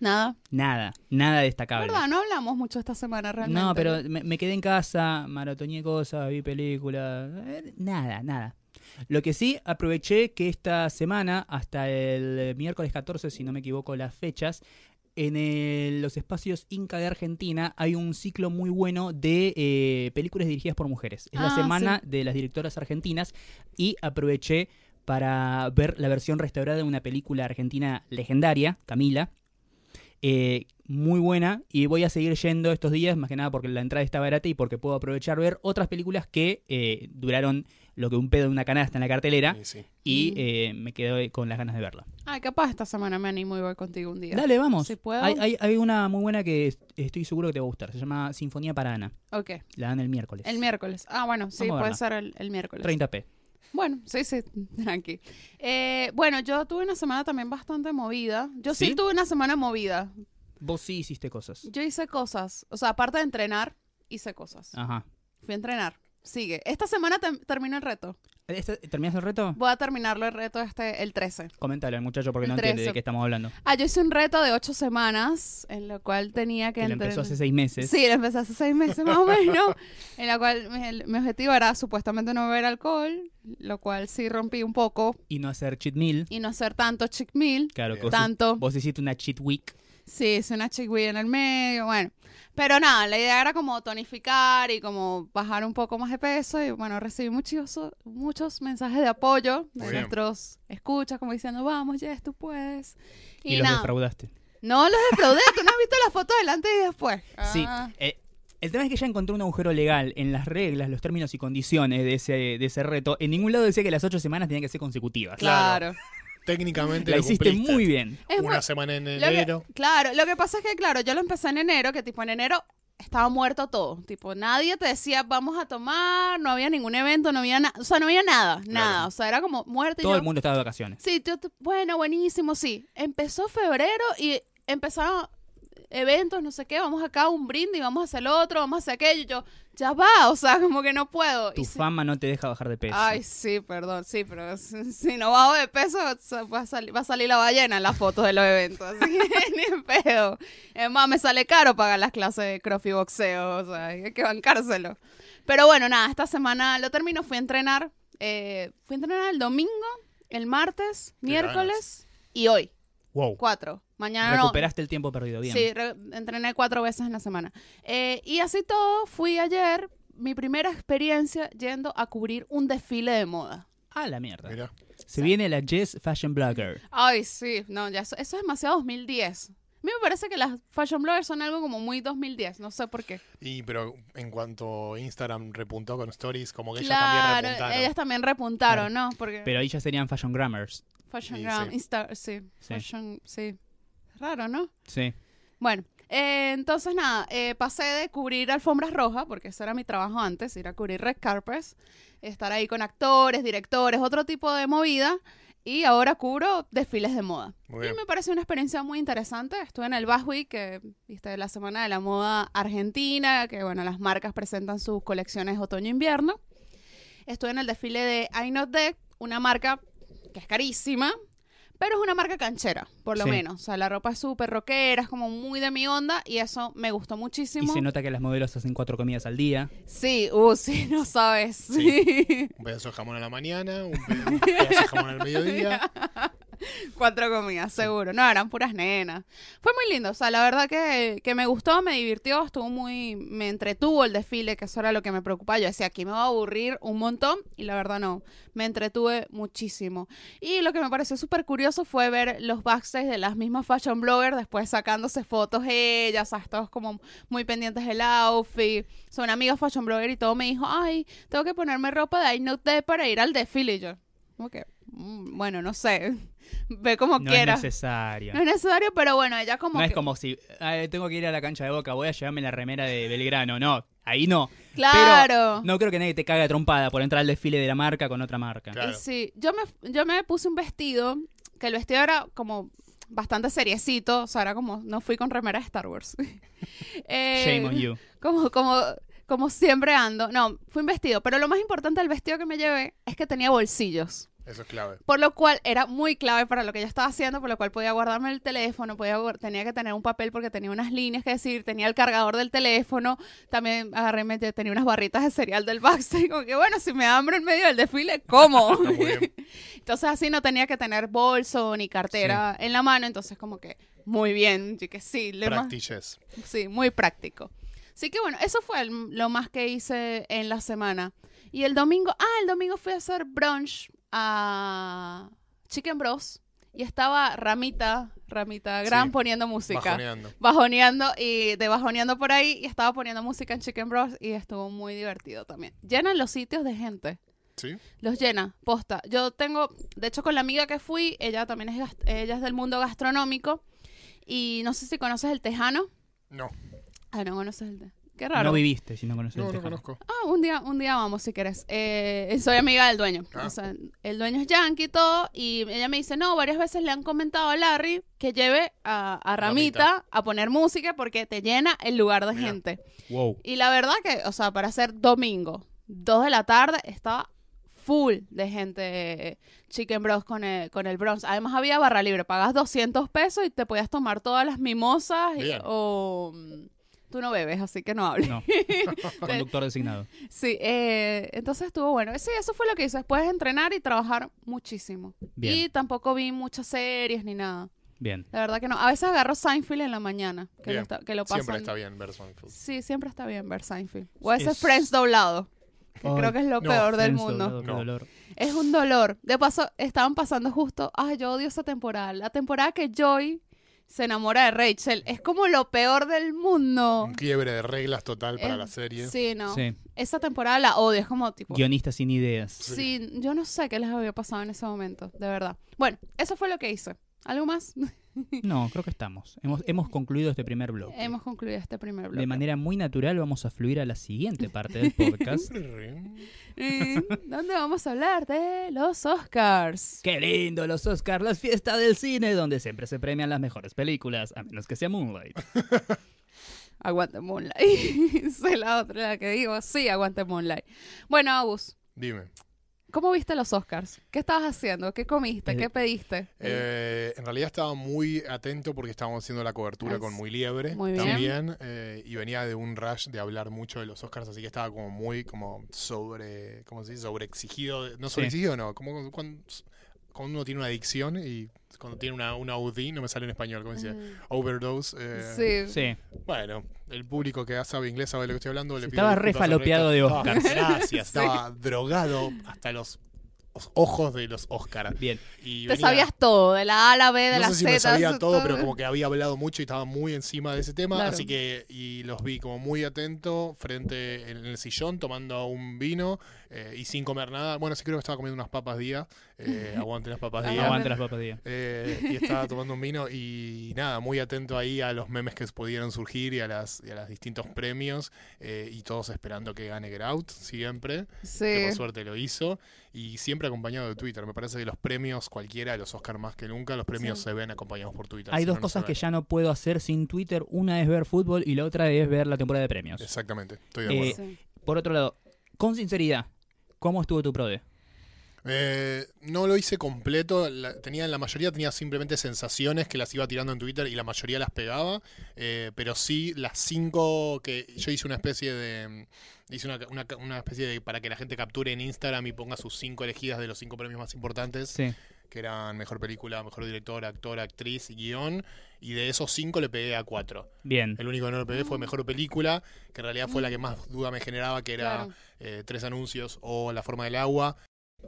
Speaker 2: Nada.
Speaker 1: Nada. Nada destacable.
Speaker 2: ¿Verdad? No hablamos mucho esta semana realmente.
Speaker 1: No, pero me, me quedé en casa, maratoneé cosas, vi películas, eh, nada, nada. Lo que sí, aproveché que esta semana, hasta el eh, miércoles 14, si no me equivoco las fechas, en el- los espacios Inca de Argentina hay un ciclo muy bueno de eh, películas dirigidas por mujeres. Es la
Speaker 2: Ah,
Speaker 1: semana de las directoras argentinas y aproveché para ver la versión restaurada de una película argentina legendaria, Camila. Eh, muy buena y voy a seguir yendo estos días, más que nada porque la entrada está barata y porque puedo aprovechar ver otras películas que eh, duraron lo que un pedo de una canasta en la cartelera
Speaker 3: Y sí.
Speaker 1: y
Speaker 2: Mm.
Speaker 1: eh, me quedo con las ganas de verla.
Speaker 2: Ay, capaz esta semana me animo y voy contigo un día.
Speaker 1: Dale, vamos.
Speaker 2: Si puedo.
Speaker 1: Hay, hay- hay una muy buena que es- estoy seguro que te va a gustar. Se llama Sinfonía para Ana.
Speaker 2: Ok,
Speaker 1: La dan el miércoles.
Speaker 2: el miércoles. Ah, bueno, sí,
Speaker 1: Vamos a
Speaker 2: puede
Speaker 1: verla.
Speaker 2: ser el, el miércoles.
Speaker 1: 30p.
Speaker 2: Bueno, sí, sí, tranqui. Eh, bueno, yo tuve una semana también bastante movida. Yo ¿Sí?
Speaker 1: ¿Sí?
Speaker 2: tuve una semana movida.
Speaker 1: Vos sí hiciste cosas.
Speaker 2: Yo hice cosas. O sea, aparte de entrenar, hice cosas.
Speaker 1: Ajá.
Speaker 2: Fui a entrenar. Sigue. Esta semana tem- termino el reto.
Speaker 1: ¿Este- ¿Terminás el reto?
Speaker 2: Voy a terminarlo el reto este el 13.
Speaker 1: Coméntale al muchacho porque
Speaker 2: El
Speaker 1: no entiende
Speaker 2: 13.
Speaker 1: de qué estamos hablando.
Speaker 2: Ah, yo hice un reto de ocho semanas, en lo cual tenía
Speaker 1: Que
Speaker 2: que,
Speaker 1: lo
Speaker 2: entrenar.
Speaker 1: empezó hace seis meses.
Speaker 2: Sí, lo empecé hace seis meses más o menos, en la cual mi, el- mi objetivo era supuestamente no beber alcohol, lo cual sí rompí un poco
Speaker 1: Y no hacer cheat meal.
Speaker 2: y no hacer tanto chick meal,
Speaker 1: Claro que
Speaker 3: Bien.
Speaker 1: vos,
Speaker 2: tanto.
Speaker 1: vos hiciste una cheat week.
Speaker 2: Sí, hice una chick week en el medio, bueno. Pero nada, la idea era como tonificar y como bajar un poco más de peso y bueno, recibí muchos, muchos mensajes de apoyo de
Speaker 3: Muy bien.
Speaker 2: nuestros escuchas como diciendo, vamos, Jess, tú puedes.
Speaker 1: Y,
Speaker 2: Y,
Speaker 1: los
Speaker 2: nada,
Speaker 1: defraudaste.
Speaker 2: no los defraudé, tú no has visto la foto delante y después.
Speaker 1: Sí.
Speaker 2: Ah.
Speaker 1: eh, el tema es que ya encontré un agujero legal en las reglas, los términos y condiciones de ese, de ese reto. En ningún lado decía que las ocho semanas tenían que ser consecutivas.
Speaker 2: Claro.
Speaker 3: Claro. Técnicamente
Speaker 1: La
Speaker 3: lo
Speaker 1: hiciste
Speaker 3: cumpliste.
Speaker 1: muy bien.
Speaker 2: Es
Speaker 3: Una
Speaker 2: muy-
Speaker 3: semana en
Speaker 2: Lo que-
Speaker 3: enero.
Speaker 2: claro, lo que pasa es que, claro, yo lo empecé en enero, que tipo en enero estaba muerto todo. Tipo, nadie te decía, vamos a tomar, no había ningún evento, no había nada. O sea, no había nada, nada. O sea, era como muerto y
Speaker 1: Todo
Speaker 2: yo-
Speaker 1: el mundo estaba de vacaciones.
Speaker 2: Sí, yo te- bueno, buenísimo, sí. Empezó febrero y empezaron eventos, no sé qué, vamos acá a un brindis, vamos a hacer lo otro, vamos a hacer aquello. Y yo, ya va, o sea, como que no puedo.
Speaker 1: Tu
Speaker 2: Y sí-
Speaker 1: fama no te deja bajar de peso.
Speaker 2: Ay, sí, perdón, sí, pero si, si no bajo de peso, sa- va a, salir, va a salir la ballena en las fotos de los eventos. Así que ni en pedo. Es más, me sale caro pagar las clases de crossfit y boxeo, o sea, hay que bancárselo. Pero bueno, nada, esta semana lo termino, fui a entrenar. eh, fui a entrenar el domingo, el martes, miércoles y hoy,
Speaker 1: wow.
Speaker 2: cuatro. Mañana no.
Speaker 1: Recuperaste el tiempo perdido. Bien.
Speaker 2: Sí, re- entrené cuatro veces en la semana. Eh, y así todo, fui ayer, mi primera experiencia yendo a cubrir un desfile de moda.
Speaker 1: A la mierda.
Speaker 3: Mira.
Speaker 1: Se viene la Jess Fashion Blogger.
Speaker 2: Ay, sí, no, ya eso, eso es demasiado 2010. A mí me parece que las fashion bloggers son algo como muy 2010, no sé por qué.
Speaker 3: Y pero en cuanto Instagram repuntó con stories, como que ellas
Speaker 2: claro, eh,
Speaker 3: también repuntaron.
Speaker 2: ellas también repuntaron, ¿no? Porque
Speaker 1: Pero ahí ya serían fashion grammars.
Speaker 2: Fashion
Speaker 3: Sí,
Speaker 2: Gram,
Speaker 3: sí.
Speaker 2: Insta, sí,
Speaker 1: Sí.
Speaker 2: Fashion, sí. Raro, ¿no?
Speaker 1: Sí.
Speaker 2: Bueno, eh, entonces nada, eh, pasé de cubrir alfombras rojas, porque ese era mi trabajo antes, ir a cubrir red carpets, estar ahí con actores, directores, otro tipo de movida, y ahora cubro desfiles de moda.
Speaker 3: Muy
Speaker 2: Y
Speaker 3: bien.
Speaker 2: me parece una experiencia muy interesante. Estuve en el Baswi, que viste la semana de la moda argentina, que bueno, las marcas presentan sus colecciones otoño-invierno. Estuve en el desfile de I Not Deck, una marca que es carísima, pero es una marca canchera, por lo
Speaker 1: Sí.
Speaker 2: menos. O sea, la ropa es súper rockera, es como muy de mi onda y eso me gustó
Speaker 1: Y
Speaker 2: muchísimo.
Speaker 1: se nota que las modelos hacen cuatro comidas al día.
Speaker 2: Sí, uh, sí, no sabes. Sí.
Speaker 3: Un pedazo de jamón a la mañana, un pe- un pedazo de jamón al mediodía.
Speaker 2: Cuatro comidas, seguro. No, eran puras nenas. Fue muy lindo, o sea, la verdad que, que me gustó, me divirtió, estuvo muy... Me entretuvo el desfile, que eso era lo que me preocupaba. Yo decía, aquí me va a aburrir un montón y la verdad no, me entretuve muchísimo. Y lo que me pareció súper curioso fue ver los backstage de las mismas fashion bloggers después sacándose fotos ellas, o sea, todos como muy pendientes del outfit. Son amigas fashion blogger y todo me dijo, ay, tengo que ponerme ropa de I Not Dead para ir al desfile. Y yo, como que, "Mm, bueno, no sé, ve como
Speaker 1: No
Speaker 2: quieras.
Speaker 1: es necesario.
Speaker 2: No es necesario, pero bueno, ella como
Speaker 1: No es
Speaker 2: que-
Speaker 1: como si "Ah, eh, tengo que ir a la cancha de Boca, voy a llevarme la remera de Belgrano. No, ahí no.
Speaker 2: Claro.
Speaker 1: No creo que nadie te caga de trompada por entrar al desfile de la marca con otra marca.
Speaker 3: Claro.
Speaker 2: Sí, yo me, yo me puse un vestido, que el vestido era como bastante seriecito, o sea, era como, no fui con remera de Star Wars. Eh,
Speaker 1: Shame on you.
Speaker 2: Como, como, como siempre ando. No, fui un vestido, pero lo más importante del vestido que me llevé es que tenía bolsillos.
Speaker 3: Eso es clave.
Speaker 2: Por lo cual era muy clave para lo que yo estaba haciendo, por lo cual podía guardarme el teléfono, podía, guar- tenía que tener un papel porque tenía unas líneas que decir, tenía el cargador del teléfono, también agarré, y me- tenía unas barritas de cereal del backstage, como que bueno, si me da hambre en medio del desfile, ¿cómo?
Speaker 3: Está muy bien.
Speaker 2: entonces así no tenía que tener bolso ni cartera en la mano, entonces como que muy bien, yo que sí, le ma-
Speaker 3: Practices.
Speaker 2: sí, muy práctico. Así que bueno, eso fue el- lo más que hice en la semana. Y el domingo, ah, el domingo fui a hacer brunch a Chicken Bros. Y estaba Ramita, Ramita Gran
Speaker 3: Sí,
Speaker 2: poniendo música.
Speaker 3: Bajoneando.
Speaker 2: Bajoneando y de bajoneando por ahí y estaba poniendo música en Chicken Bros y estuvo muy divertido también. Llenan los sitios de gente.
Speaker 3: ¿Sí?
Speaker 2: Los llena, posta. Yo tengo, de hecho, con la amiga que fui, ella también es, gas- ella es del mundo gastronómico. Y no sé si conoces el tejano.
Speaker 3: No,
Speaker 2: Ah, no conoces el tejano. Qué raro.
Speaker 1: No viviste si no conoces
Speaker 3: no,
Speaker 1: el
Speaker 3: no
Speaker 1: tejano.
Speaker 3: conozco.
Speaker 2: ah, un día, un día vamos si querés. Eh, soy amiga del dueño.
Speaker 3: Ah.
Speaker 2: O sea, el dueño es yankee y todo. Y ella me dice, no, varias veces le han comentado a Larry que lleve a, a Ramita,
Speaker 3: Ramita.
Speaker 2: a poner música porque te llena el lugar de
Speaker 3: Mira.
Speaker 2: gente.
Speaker 1: Wow.
Speaker 2: Y la verdad que, o sea, para ser domingo, 2 de la tarde, estaba full de gente eh, Chicken Bros con el, con el Bronx. Además había barra libre, pagas 200 pesos y te podías tomar todas las mimosas y-
Speaker 3: Bien.
Speaker 2: o... mm, Tú no bebes, así que no hables.
Speaker 1: No. Conductor designado.
Speaker 2: Sí, eh, entonces estuvo bueno. Sí, eso fue lo que hice. Después de entrenar y trabajar muchísimo.
Speaker 1: Bien.
Speaker 2: Y tampoco vi muchas series ni nada.
Speaker 1: Bien.
Speaker 2: La verdad que no. A veces agarro Seinfeld en la mañana, que, lo,
Speaker 3: Bien.
Speaker 2: está- que lo pasan.
Speaker 3: Siempre está bien ver Seinfeld.
Speaker 2: Sí, siempre está bien ver Seinfeld. O ese
Speaker 1: Es-
Speaker 2: Friends doblado. que
Speaker 1: Ay,
Speaker 2: creo que es lo
Speaker 3: no,
Speaker 2: peor del
Speaker 1: Friends
Speaker 2: mundo.
Speaker 1: doblado, qué
Speaker 3: No.
Speaker 1: dolor.
Speaker 2: Es un dolor. De paso, estaban pasando justo. Ay, yo odio esa temporada. La temporada que Joy se enamora de Rachel. Es como lo peor del mundo.
Speaker 3: Un quiebre de reglas total para
Speaker 2: Es-
Speaker 3: la serie.
Speaker 2: Oh. Eh, Sí, no.
Speaker 1: Sí.
Speaker 2: Esa temporada la odio. Es como tipo.
Speaker 1: Guionista sin ideas.
Speaker 2: Sí, yo no sé qué les había pasado en ese momento, de verdad. Bueno, eso fue lo que hice. ¿Algo más?
Speaker 1: No, creo que estamos. Hemos, hemos concluido este primer blog.
Speaker 2: Hemos concluido este primer bloque.
Speaker 1: De manera muy natural vamos a fluir a la siguiente parte del podcast.
Speaker 2: Mm, ¿Dónde vamos a hablar de los Oscars?
Speaker 1: Qué lindo los Oscars, las fiestas del cine, donde siempre se premian las mejores películas, a menos que sea Moonlight.
Speaker 2: Aguante Moonlight. Soy la otra la que digo, sí, aguante Moonlight. Bueno, Agus,
Speaker 3: Dime.
Speaker 2: ¿cómo viste los Oscars? ¿Qué estabas haciendo? ¿Qué comiste?
Speaker 1: Desde-
Speaker 2: ¿Qué pediste?
Speaker 3: Eh, en realidad estaba muy atento porque estábamos haciendo la cobertura
Speaker 2: Ah,
Speaker 3: con
Speaker 2: sí.
Speaker 3: Muy Liebre
Speaker 2: Muy bien.
Speaker 3: también eh, y venía de un rush de hablar mucho de los Oscars, así que estaba como muy como sobre, ¿cómo se dice? Sobreexigido, no sobreexigido, no, como cuando, cuando- cuando uno tiene una adicción y cuando tiene una, una UD, no me sale en español, ¿cómo se dice? Overdose. pues eh,
Speaker 2: sí.
Speaker 1: Sí.
Speaker 3: Bueno, el público que sabe inglés sabe de lo que estoy hablando. le
Speaker 1: Se
Speaker 3: pido
Speaker 1: estaba
Speaker 3: disculpas al
Speaker 1: refalopeado
Speaker 3: resto.
Speaker 1: de
Speaker 3: Estaba- gracias, estaba drogado hasta los los ojos de los Oscars.
Speaker 1: Bien.
Speaker 3: Y
Speaker 2: Te
Speaker 3: venía-
Speaker 2: sabías todo, de la A a la B, de
Speaker 3: no
Speaker 2: la
Speaker 3: sé si
Speaker 2: Z.
Speaker 3: me sabía
Speaker 2: eso,
Speaker 3: todo, pero como que había hablado mucho y estaba muy encima de ese tema,
Speaker 2: Claro.
Speaker 3: así que y los vi como muy atento frente en el sillón tomando un vino eh, y sin comer nada. Bueno, sí creo que estaba comiendo unas papas día, eh, aguante las papas día.
Speaker 1: Ah, Aguante las papas, Díaz.
Speaker 3: Eh, y estaba tomando un vino y nada, muy atento ahí a los memes que pudieran surgir y a las y a los distintos premios eh, y todos esperando que gane Grout siempre, que por
Speaker 2: Sí.
Speaker 3: suerte lo hizo y siempre acompañado de Twitter. Me parece que los premios cualquiera, los Oscar más que nunca, los premios se ven acompañados por Twitter.
Speaker 1: Hay
Speaker 3: si
Speaker 1: dos
Speaker 3: no, no se
Speaker 1: cosas que
Speaker 3: ven.
Speaker 1: ya no puedo hacer sin Twitter. Una es ver fútbol y la otra es ver la temporada de premios.
Speaker 3: Exactamente, estoy de acuerdo.
Speaker 1: Eh, Por otro lado, con sinceridad, ¿cómo estuvo tu prode?
Speaker 3: Eh, no lo hice completo. La, tenía, la mayoría tenía simplemente sensaciones que las iba tirando en Twitter y la mayoría las pegaba. eh, pero sí, las cinco que yo hice una especie de. mm, Hice una, una- una especie de. para que la gente capture en Instagram y ponga sus cinco elegidas de los cinco premios más importantes,
Speaker 1: Sí.
Speaker 3: que eran mejor película, mejor director, actor, actriz y guión. Y de esos cinco le pegué a cuatro.
Speaker 1: Bien.
Speaker 3: El único que no lo pegué
Speaker 2: Mm.
Speaker 3: fue mejor película, que en realidad fue la que más duda me generaba, que era
Speaker 2: Claro.
Speaker 3: eh, tres anuncios o La Forma del Agua.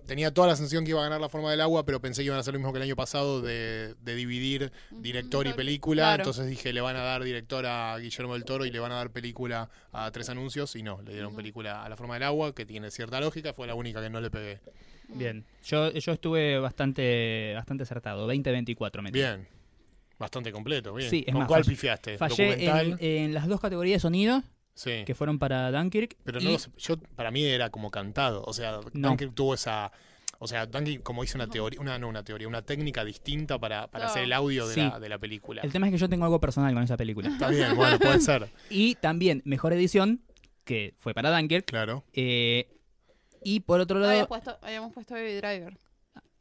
Speaker 3: Tenía toda la sensación que iba a ganar La Forma del Agua, pero pensé que iban a hacer lo mismo que el año pasado de, de dividir director y
Speaker 2: Ujú.
Speaker 3: película.
Speaker 2: Mm, Claro.
Speaker 3: Entonces dije, le van a dar director a Guillermo del Toro y le van a dar película a tres anuncios. Y no, le dieron
Speaker 2: Ujú.
Speaker 3: película a La Forma del Agua, que tiene cierta lógica. Fue la única que no le pegué.
Speaker 1: Bien. Yo, yo estuve bastante, bastante acertado. 20-24 metí.
Speaker 3: Bien. Bastante completo, bien.
Speaker 1: Sí, es
Speaker 3: ¿Con
Speaker 1: más,
Speaker 3: cuál
Speaker 1: fallé-
Speaker 3: pifiaste?
Speaker 1: Fallé
Speaker 3: ¿Documental?
Speaker 1: en, en las dos categorías de sonido
Speaker 3: sí.
Speaker 1: que fueron para Dunkirk.
Speaker 3: Pero
Speaker 1: y-
Speaker 3: no, lo sé, yo para mí era como cantado, o sea,
Speaker 1: No.
Speaker 3: Dunkirk tuvo esa o sea, Dunkirk como hizo una
Speaker 2: Ajá.
Speaker 3: teoría, una no una teoría, una técnica distinta para, para
Speaker 2: Claro.
Speaker 3: hacer el audio de,
Speaker 1: Sí.
Speaker 3: la, de la película.
Speaker 1: El tema es que yo tengo algo personal con esa película.
Speaker 3: Está bien, bueno, puede ser.
Speaker 1: Y también mejor edición, que fue para Dunkirk.
Speaker 3: Claro.
Speaker 1: eh, y por otro
Speaker 2: Habías
Speaker 1: lado,
Speaker 2: puesto, habíamos puesto Baby Driver.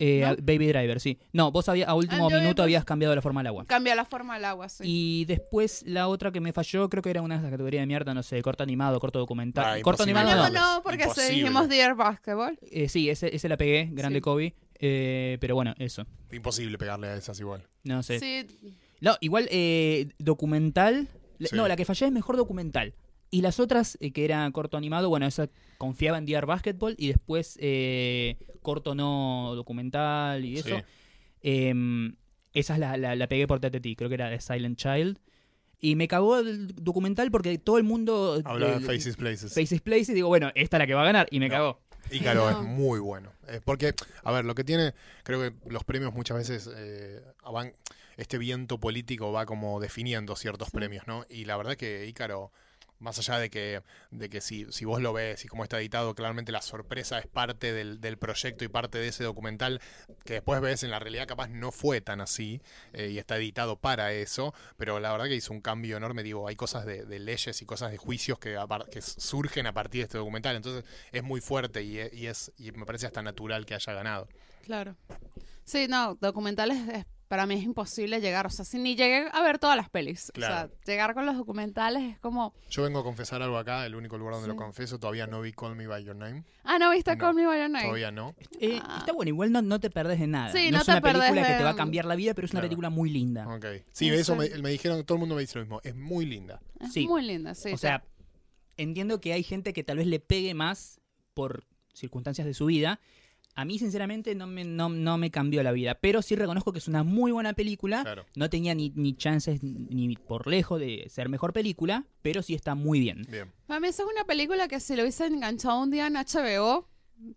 Speaker 1: eh,
Speaker 2: ¿no?
Speaker 1: a- Baby Driver, sí. No, vos había- a último
Speaker 2: yo había
Speaker 1: minuto
Speaker 2: puesto-
Speaker 1: habías cambiado la forma del agua.
Speaker 2: Cambia la forma del agua, sí.
Speaker 1: Y después la otra que me falló, creo que era una de esas categorías de mierda, no sé, corto animado, corto documental.
Speaker 3: Ah,
Speaker 1: corto
Speaker 3: imposible.
Speaker 1: animado
Speaker 2: no,
Speaker 1: no.
Speaker 2: no, no, porque se
Speaker 3: Imposible.
Speaker 2: dijimos Dear Basketball.
Speaker 1: Eh, sí, ese, ese la pegué, grande
Speaker 2: Sí.
Speaker 1: Kobe. eh, pero bueno, eso.
Speaker 3: Imposible pegarle a esas igual.
Speaker 1: No sé.
Speaker 2: Sí,
Speaker 1: No, igual eh, documental. la-
Speaker 3: Sí.
Speaker 1: No, la que fallé es mejor documental. Y las otras, eh, que era corto animado, bueno, esa confiaba en DR Basketball y después eh, corto no documental y eso.
Speaker 3: Sí.
Speaker 1: Em, esa es la, la, la pegué por TTT, creo que era de Silent Child. Y me cagó el documental porque todo el mundo...
Speaker 3: Hablaba
Speaker 1: eh,
Speaker 3: de Faces Places.
Speaker 1: Faces Place y digo, bueno, esta es la que va a ganar. Y me
Speaker 3: No.
Speaker 1: cagó.
Speaker 2: Ah.
Speaker 3: Y claro,
Speaker 2: No.
Speaker 3: es muy bueno. Eh, porque, a ver, lo que tiene, creo que los premios muchas veces eh, van, este viento político va como definiendo ciertos premios, ¿no? Y la verdad que Ícaro, más allá de que, de que si, si vos lo ves y cómo está editado, claramente la sorpresa es parte del, del proyecto y parte de ese documental que después ves en la realidad capaz no fue tan así eh, y está editado para eso, pero la verdad que hizo un cambio enorme, digo, hay cosas de, de leyes y cosas de juicios que, apar- que surgen a partir de este documental, entonces es muy fuerte y e- y es, y me parece hasta natural que haya ganado.
Speaker 2: claro. Sí, no, documentales es- para mí es imposible llegar. O sea, si ni llegué a ver todas las pelis.
Speaker 3: Claro.
Speaker 2: O sea, llegar con los documentales es como.
Speaker 3: Yo vengo a confesar algo acá, el único lugar donde
Speaker 2: Sí.
Speaker 3: lo confieso, todavía no vi Call Me By Your Name,
Speaker 2: Ah, no viste
Speaker 3: No,
Speaker 2: Call Me By Your Name?
Speaker 3: todavía no.
Speaker 1: Eh,
Speaker 2: Ah.
Speaker 1: Está bueno, igual no, no te perdés de nada.
Speaker 2: Sí,
Speaker 1: no,
Speaker 2: no
Speaker 1: es
Speaker 2: te
Speaker 1: una
Speaker 2: perdés
Speaker 1: película que
Speaker 2: de-
Speaker 1: te va a cambiar la vida, pero es una
Speaker 3: Claro.
Speaker 1: película muy linda.
Speaker 3: Ok. Sí,
Speaker 2: En
Speaker 3: eso me,
Speaker 2: serio.
Speaker 3: me dijeron, todo el mundo me dice lo mismo, es muy linda.
Speaker 2: Es
Speaker 1: Sí.
Speaker 2: muy linda, sí.
Speaker 1: o sea, entiendo que hay gente que tal vez le pegue más por circunstancias de su vida. A mí, sinceramente, no me, no, no me cambió la vida. Pero sí reconozco que es una muy buena película.
Speaker 3: Claro.
Speaker 1: No tenía ni, ni chances ni por lejos de ser mejor película, pero sí está muy bien.
Speaker 3: Bien.
Speaker 2: Para mí esa es una película que si lo hubiese enganchado un día en HBO,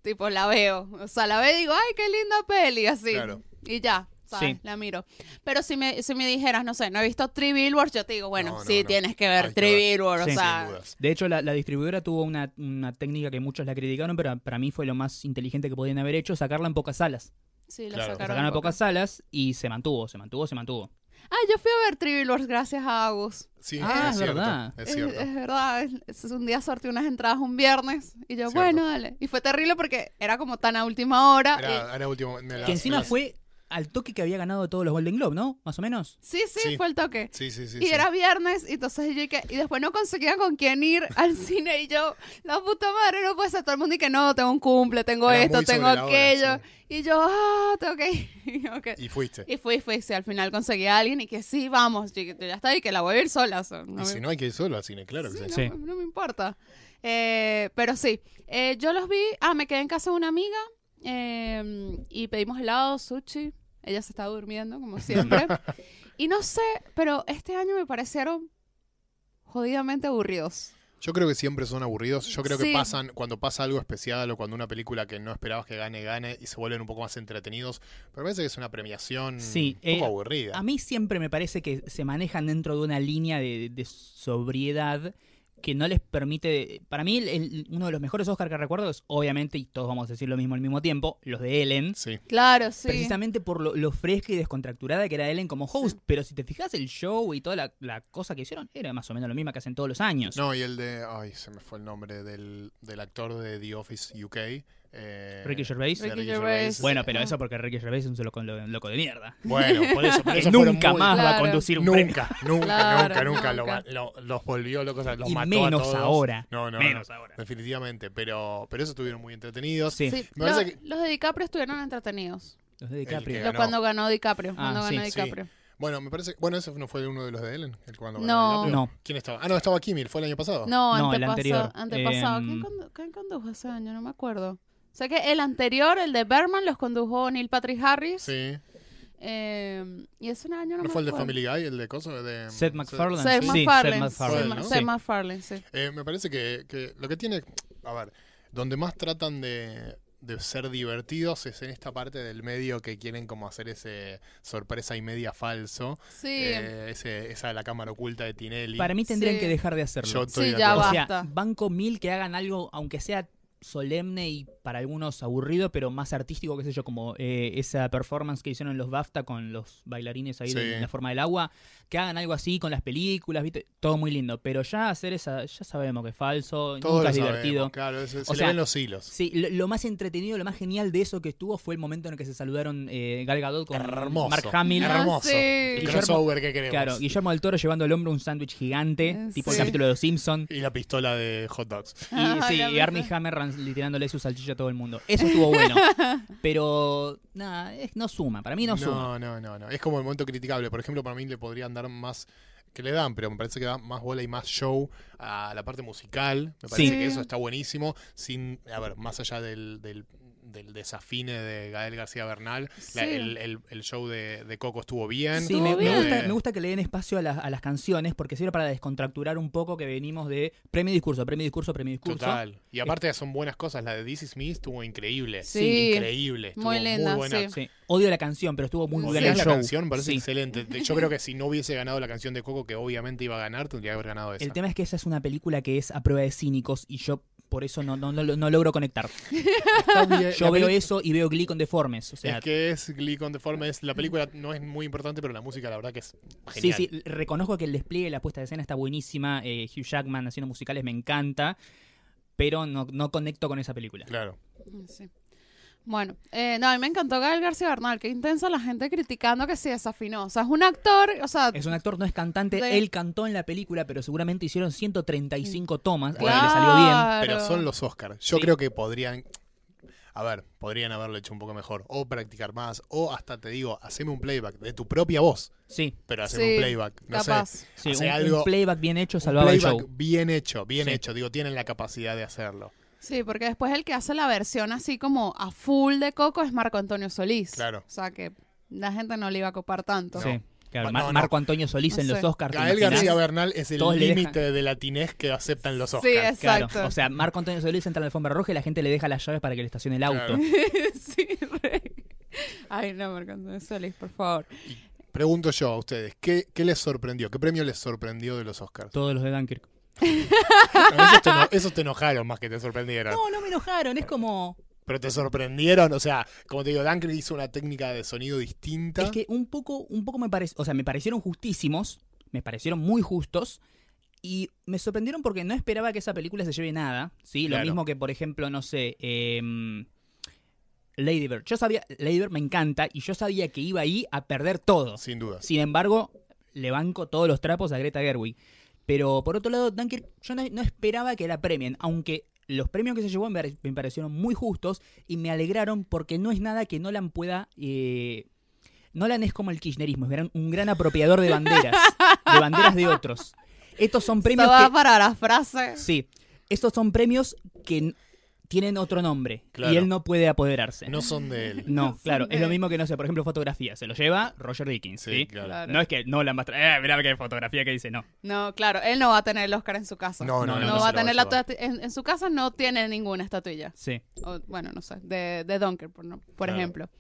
Speaker 2: tipo la veo. O sea, la veo y digo, ay, qué linda peli, así.
Speaker 3: Claro.
Speaker 2: Y ya, ¿sabes?
Speaker 1: Sí.
Speaker 2: La miro. Pero si me, si me dijeras, no sé, no he visto Three Billboards, yo te digo, bueno,
Speaker 3: No, no,
Speaker 2: sí,
Speaker 3: no.
Speaker 2: tienes que ver
Speaker 3: Hay que
Speaker 2: Three
Speaker 3: ver.
Speaker 1: Sí.
Speaker 2: Billboards, o
Speaker 1: Sin
Speaker 2: sea.
Speaker 3: Sin dudas.
Speaker 1: De hecho, la, la distribuidora tuvo una, una técnica que muchos la criticaron, pero para mí fue lo más inteligente que podían haber hecho, sacarla en pocas salas.
Speaker 2: Sí, la
Speaker 3: Claro.
Speaker 1: La
Speaker 2: sacaron.
Speaker 1: sacaron en
Speaker 2: poco.
Speaker 1: pocas salas y se mantuvo, se mantuvo, se mantuvo.
Speaker 2: Ah, yo fui a ver Three Billboards gracias a Agus.
Speaker 3: Sí,
Speaker 1: Ah,
Speaker 3: es
Speaker 1: es
Speaker 3: cierto.
Speaker 1: verdad.
Speaker 3: Es cierto.
Speaker 2: verdad, es, es un día sorteé unas entradas un viernes y yo,
Speaker 3: Cierto.
Speaker 2: bueno, dale. Y fue terrible porque era como tan a última hora. y-
Speaker 3: Era, era último. me las-
Speaker 1: Que encima
Speaker 3: me las-
Speaker 1: fue al toque que había ganado todos los Golden Globe, ¿no? Más o menos.
Speaker 2: Sí, sí,
Speaker 3: Sí.
Speaker 2: fue el toque.
Speaker 3: Sí, sí, sí.
Speaker 2: y
Speaker 3: sí.
Speaker 2: era viernes, y entonces yo dije, y después no conseguía con quién ir al cine, y yo, la puta madre, no puede ser todo el mundo, y que no, tengo un cumple, tengo
Speaker 3: Era
Speaker 2: esto,
Speaker 3: muy sobre
Speaker 2: tengo
Speaker 3: la hora,
Speaker 2: aquello,
Speaker 3: sí.
Speaker 2: y yo, ah, tengo que ir. ok.
Speaker 3: Y fuiste.
Speaker 2: Y fui, fui, sí, al final conseguí a alguien, y que sí, vamos, y que ya está, y que la voy a ir sola. o sea,
Speaker 3: y
Speaker 2: me-
Speaker 3: si no hay que ir solo al cine, claro que sí.
Speaker 2: no,
Speaker 1: Sí.
Speaker 2: no me importa. Eh, pero sí, eh, yo los vi, ah, me quedé en casa de una amiga, eh, y pedimos helado, sushi. Ella se está durmiendo, como siempre. y no sé, pero este año me parecieron jodidamente aburridos.
Speaker 3: Yo creo que siempre son aburridos. Yo creo que
Speaker 2: Sí.
Speaker 3: pasan cuando pasa algo especial o cuando una película que no esperabas que gane, gane y se vuelven un poco más entretenidos. Pero me parece que es una premiación
Speaker 1: Sí,
Speaker 3: un poco
Speaker 1: eh,
Speaker 3: aburrida.
Speaker 1: A mí siempre me parece que se manejan dentro de una línea de, de sobriedad que no les permite... Para mí, el- el- uno de los mejores Oscar que recuerdo es, obviamente, y todos vamos a decir lo mismo al mismo tiempo, los de Ellen.
Speaker 3: Sí.
Speaker 2: Claro, sí.
Speaker 1: Precisamente por lo, lo fresca y descontracturada que era Ellen como host. Pero si te fijas, el show y toda la, la cosa que hicieron era más o menos lo misma que hacen todos los años.
Speaker 3: No, y el de. Ay, se me fue el nombre del, del actor de The Office UK. eh,
Speaker 1: Ricky Gervais.
Speaker 3: de
Speaker 2: Ricky Gervais.
Speaker 1: Bueno, pero
Speaker 2: Ah.
Speaker 1: eso porque Ricky Gervais es un solo con- loco de mierda.
Speaker 3: Bueno, por eso, por
Speaker 1: Que
Speaker 3: eso fueron
Speaker 1: nunca
Speaker 3: muy-
Speaker 1: más va a
Speaker 2: Claro.
Speaker 1: conducir un premio.
Speaker 3: Nunca, nunca, nunca,
Speaker 2: Claro,
Speaker 3: nunca. Lo-
Speaker 2: nunca.
Speaker 3: lo- los volvió locos, los
Speaker 1: Y
Speaker 3: mató
Speaker 1: menos
Speaker 3: a todos.
Speaker 1: ahora.
Speaker 3: No, no,
Speaker 1: Menos
Speaker 3: no,
Speaker 1: ahora.
Speaker 3: Definitivamente, pero, pero eso estuvieron muy entretenidos.
Speaker 1: Sí.
Speaker 2: Sí,
Speaker 3: Me parece
Speaker 2: lo-
Speaker 3: que-
Speaker 2: Los de DiCaprio estuvieron entretenidos.
Speaker 1: Los de
Speaker 3: El que
Speaker 1: DiCaprio.
Speaker 2: Lo-
Speaker 3: ganó.
Speaker 2: Cuando ganó DiCaprio.
Speaker 1: Ah,
Speaker 2: cuando
Speaker 1: sí.
Speaker 2: ganó
Speaker 3: Sí.
Speaker 2: DiCaprio.
Speaker 3: Bueno, me parece. Bueno, ese no fue uno de los de Ellen. El cuando
Speaker 2: No.
Speaker 1: No.
Speaker 3: ¿Quién estaba? Ah, no, estaba Kimmel, fue el año pasado.
Speaker 2: No,
Speaker 1: No, el
Speaker 2: antepasa-
Speaker 1: anterior.
Speaker 2: antepasado.
Speaker 1: Em,
Speaker 2: ¿Quién, condu- quién condujo ese año? No me acuerdo. O sea que el anterior, el de Berman, los condujo Neil Patrick Harris.
Speaker 3: Sí.
Speaker 2: Em, y ese año no,
Speaker 3: ¿No
Speaker 2: me
Speaker 3: fue el de
Speaker 2: acuerdo.
Speaker 3: Family Guy, el de Coso? De,
Speaker 1: Seth MacFarlane.
Speaker 2: Seth
Speaker 1: Sí, Seth
Speaker 2: MacFarlane.
Speaker 1: MacFarlane,
Speaker 2: Seth
Speaker 3: ¿no?
Speaker 2: Ma- Seth
Speaker 1: Sí.
Speaker 2: MacFarlane, sí.
Speaker 3: Eh, me parece que, que lo que tiene. A ver, donde más tratan de, de ser divertidos es en esta parte del medio que quieren como hacer ese sorpresa y media falso.
Speaker 2: Sí.
Speaker 3: Eh, ese, esa de la cámara oculta de Tinelli.
Speaker 1: Para mí tendrían
Speaker 2: Sí.
Speaker 1: que dejar de hacerlo.
Speaker 3: Yo estoy
Speaker 2: Sí,
Speaker 3: de
Speaker 2: ya
Speaker 1: O
Speaker 3: acuerdo.
Speaker 2: va.
Speaker 1: sea,
Speaker 2: Basta.
Speaker 1: banco mil que hagan algo, aunque sea solemne y para algunos aburrido, pero más artístico, qué sé yo, como eh, esa performance que hicieron en los BAFTA con los bailarines ahí
Speaker 3: Sí.
Speaker 1: de- en la forma del agua, que hagan algo así con las películas, ¿viste? todo muy lindo, pero ya hacer esa, ya sabemos que es falso,
Speaker 3: Todos
Speaker 1: nunca
Speaker 3: lo
Speaker 1: es
Speaker 3: sabemos,
Speaker 1: divertido.
Speaker 3: Claro, es- se
Speaker 1: O
Speaker 3: le
Speaker 1: sea,
Speaker 3: ven los hilos.
Speaker 1: Sí, lo, lo más entretenido, lo más genial de eso que estuvo fue el momento en el que se saludaron eh, Gal Gadot con
Speaker 3: Hermoso.
Speaker 1: Mark Hamill.
Speaker 2: Ah,
Speaker 3: Hermoso.
Speaker 2: sí.
Speaker 3: El
Speaker 1: Guillermo-
Speaker 3: crossover que queremos.
Speaker 1: Claro, Guillermo del Toro llevando al hombro un sándwich gigante,
Speaker 2: Eh,
Speaker 1: tipo el
Speaker 2: sí.
Speaker 1: capítulo de Los Simpson.
Speaker 3: Y la pistola de hot dogs.
Speaker 1: Y,
Speaker 2: Ay,
Speaker 1: sí,
Speaker 2: la
Speaker 1: y Armie
Speaker 2: verdad.
Speaker 1: Hammer ran- tirándole su salchicha a todo el mundo. Eso estuvo bueno. Pero, nada, es- no suma. Para mí no, suma.
Speaker 3: no, no, no, no. Es como el momento criticable. Por ejemplo, para mí le podrían dar más que le dan, pero me parece que da más bola y más show a la parte musical. Me parece
Speaker 1: Sí.
Speaker 3: que eso está buenísimo. Sin, a ver, más allá del, del, del desafine de Gael García Bernal, la-
Speaker 2: Sí.
Speaker 3: el, el- el show de, de Coco estuvo bien.
Speaker 1: Sí, me, me
Speaker 2: Estuvo
Speaker 1: gusta,
Speaker 3: bien.
Speaker 1: me gusta que le den espacio a, las- a las canciones porque sirve para descontracturar un poco que venimos de premio discurso, premio discurso, premio discurso.
Speaker 3: Total. Y aparte son buenas cosas. La de This Is Me estuvo increíble.
Speaker 2: Eh. Sí.
Speaker 3: Increíble. Estuvo
Speaker 2: Muy linda, sí.
Speaker 3: buena.
Speaker 1: Sí. Odio la canción, pero estuvo muy
Speaker 2: Sí.
Speaker 1: bien
Speaker 3: Odias
Speaker 1: el
Speaker 3: la
Speaker 1: show.
Speaker 3: canción, me parece
Speaker 1: Sí.
Speaker 3: excelente. De- Yo creo que si no hubiese ganado la canción de Coco, que obviamente iba a ganar, tendría que haber ganado esa.
Speaker 1: El tema es que esa es una película que es a prueba de cínicos y yo por eso no, no, no, no logro conectar.
Speaker 3: Está bien.
Speaker 1: Yo
Speaker 3: Eh, La
Speaker 1: veo
Speaker 3: peli-
Speaker 1: eso y veo Glee con deformes. O sea,
Speaker 3: Es que es Glee con Deformes. La película no es muy importante, pero la música, la verdad, que es
Speaker 1: Sí,
Speaker 3: genial.
Speaker 1: sí, reconozco que el despliegue, la puesta de escena está buenísima. eh, Hugh Jackman haciendo musicales me encanta, pero no, no conecto con esa película.
Speaker 3: Claro.
Speaker 2: Sí. Bueno, eh, no, a mí me encantó Gael García Bernal, que intensa la gente criticando que se desafinó. O sea, es un actor, o sea,
Speaker 1: Es un actor, no es cantante.
Speaker 2: De-
Speaker 1: Él cantó en la película, pero seguramente hicieron 135 tomas.
Speaker 3: Bueno,
Speaker 1: Y le salió bien.
Speaker 2: Claro.
Speaker 3: Pero son los Oscars. Yo
Speaker 1: Sí.
Speaker 3: creo que podrían. A ver, podrían haberlo hecho un poco mejor. O practicar más. O hasta te digo, haceme un playback de tu propia voz.
Speaker 1: Sí,
Speaker 3: Pero haceme un
Speaker 2: Sí,
Speaker 3: playback. No
Speaker 2: capaz.
Speaker 3: sé.
Speaker 1: sí,
Speaker 3: Hace
Speaker 1: un, un
Speaker 3: algo-
Speaker 1: playback bien hecho
Speaker 3: Un
Speaker 1: salvaba el
Speaker 3: playback
Speaker 1: show.
Speaker 3: bien hecho, bien
Speaker 1: Sí.
Speaker 3: hecho. Digo, tienen la capacidad de hacerlo.
Speaker 2: Sí, porque después el que hace la versión así como a full de Coco es Marco Antonio Solís.
Speaker 3: Claro.
Speaker 2: O sea que la gente no le iba a copar tanto.
Speaker 1: Sí, claro,
Speaker 3: No,
Speaker 1: Mar-
Speaker 3: no.
Speaker 1: Marco Antonio Solís
Speaker 2: No
Speaker 1: en
Speaker 2: sé.
Speaker 1: los Oscars. ¿te
Speaker 3: Gael
Speaker 1: imaginas?
Speaker 3: García Bernal es el
Speaker 1: Todos le
Speaker 3: límite de latinez que aceptan los
Speaker 2: Sí,
Speaker 3: Oscars.
Speaker 1: Claro,
Speaker 2: exacto.
Speaker 1: o sea, Marco Antonio Solís entra en la alfombra roja y la gente le deja las llaves para que le estacione el auto.
Speaker 3: Claro.
Speaker 2: sí, re. Ay, no, Marco Antonio Solís, por favor.
Speaker 3: Pregunto yo a ustedes, ¿qué, qué les sorprendió? ¿Qué premio les sorprendió de los Oscars?
Speaker 1: Todos los de Dunkirk.
Speaker 3: No, esos, te eno- esos te enojaron más que te sorprendieron.
Speaker 1: No, no me enojaron, es como...
Speaker 3: Pero te sorprendieron, o sea, como te digo, Dunkirk hizo una técnica de sonido distinta.
Speaker 1: Es que un poco, un poco me parece, o sea, me parecieron justísimos, me parecieron muy justos. Y me sorprendieron porque no esperaba que esa película se lleve nada, ¿sí? Lo
Speaker 3: Claro.
Speaker 1: mismo que, por ejemplo, no sé, em, Lady Bird. Yo sabía, Lady Bird me encanta y yo sabía que iba ahí a perder todo.
Speaker 3: Sin duda.
Speaker 1: Sin embargo, le banco todos los trapos a Greta Gerwig. Pero por otro lado, Dunkirk, yo no, no esperaba que la premien, aunque los premios que se llevó me pare- me parecieron muy justos y me alegraron porque no es nada que Nolan pueda... eh, Nolan es como el kirchnerismo, es gran- un gran apropiador de banderas, de banderas de otros. Estos son premios
Speaker 2: Estaba
Speaker 1: que...
Speaker 2: para la frase.
Speaker 1: Sí, estos son premios que n- tienen otro nombre
Speaker 3: Claro.
Speaker 1: y él no puede apoderarse.
Speaker 3: No son de él.
Speaker 1: No, claro, es
Speaker 2: de
Speaker 1: lo
Speaker 2: él.
Speaker 1: mismo que, no sé, por ejemplo, fotografía. Se lo lleva Roger Dickens,
Speaker 3: Sí,
Speaker 1: ¿sí?
Speaker 3: claro.
Speaker 2: Claro.
Speaker 1: No es que Nolan va a traer, eh, mirá que fotografía que dice, no.
Speaker 2: No, claro, él no va a tener el Oscar en su casa.
Speaker 3: No, no,
Speaker 1: no,
Speaker 2: no,
Speaker 1: no
Speaker 2: va a
Speaker 3: se lo va
Speaker 2: tener
Speaker 3: a
Speaker 2: la
Speaker 3: llevar.
Speaker 2: estatu- en, en su casa no tiene ninguna estatuilla.
Speaker 1: Sí.
Speaker 2: O, bueno, no sé, de, de Dunker, por, no- por
Speaker 3: Claro.
Speaker 2: ejemplo.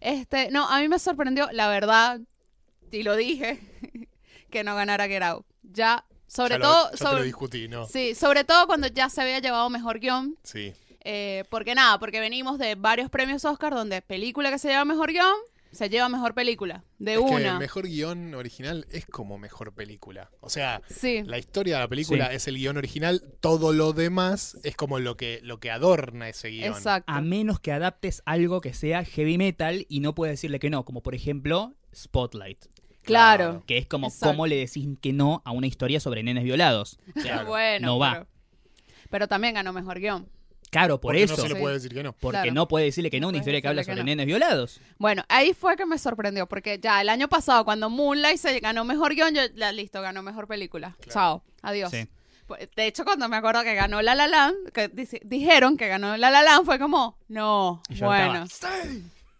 Speaker 2: Este, no, a mí me sorprendió, la verdad, y lo dije, que no ganara Get Out. Ya, sobre
Speaker 3: Ya lo-
Speaker 2: todo,
Speaker 3: ya te lo
Speaker 2: sobre,
Speaker 3: discutí, ¿no?
Speaker 2: sí, sobre todo cuando ya se había llevado mejor guión,
Speaker 3: Sí.
Speaker 2: eh, porque nada, porque venimos de varios premios Oscar donde película que se lleva mejor guión, se lleva mejor película, de
Speaker 3: Es que
Speaker 2: una.
Speaker 3: mejor guión original es como mejor película. O sea,
Speaker 2: Sí.
Speaker 3: la historia de la película
Speaker 1: Sí.
Speaker 3: es el guión original, todo lo demás es como lo que, lo que adorna ese guión.
Speaker 2: Exacto.
Speaker 1: A menos que adaptes algo que sea heavy metal y no puedes decirle que no, como por ejemplo Spotlight,
Speaker 2: Claro.
Speaker 1: que es como
Speaker 2: Exacto.
Speaker 1: cómo le decís que no a una historia sobre nenes violados. O sea,
Speaker 3: Claro.
Speaker 2: Bueno,
Speaker 1: no va.
Speaker 2: Pero, pero también ganó mejor guión.
Speaker 1: Claro, por
Speaker 3: Porque
Speaker 1: eso.
Speaker 3: No se le
Speaker 2: Sí.
Speaker 3: puede decir que no.
Speaker 1: Porque
Speaker 2: Claro.
Speaker 1: no puede decirle que no a una
Speaker 2: No puedes
Speaker 1: historia que habla
Speaker 2: decirle que
Speaker 1: sobre
Speaker 2: no.
Speaker 1: nenes violados.
Speaker 2: Bueno, ahí fue que me sorprendió, porque ya el año pasado, cuando Moonlight se ganó mejor guión, yo, ya, listo, ganó mejor película. Chao, adiós.
Speaker 1: Sí.
Speaker 2: Pues, De hecho, cuando me acuerdo que ganó La La Land, que dice- dijeron que ganó La La Land, fue como, no,
Speaker 1: Y yo
Speaker 2: bueno.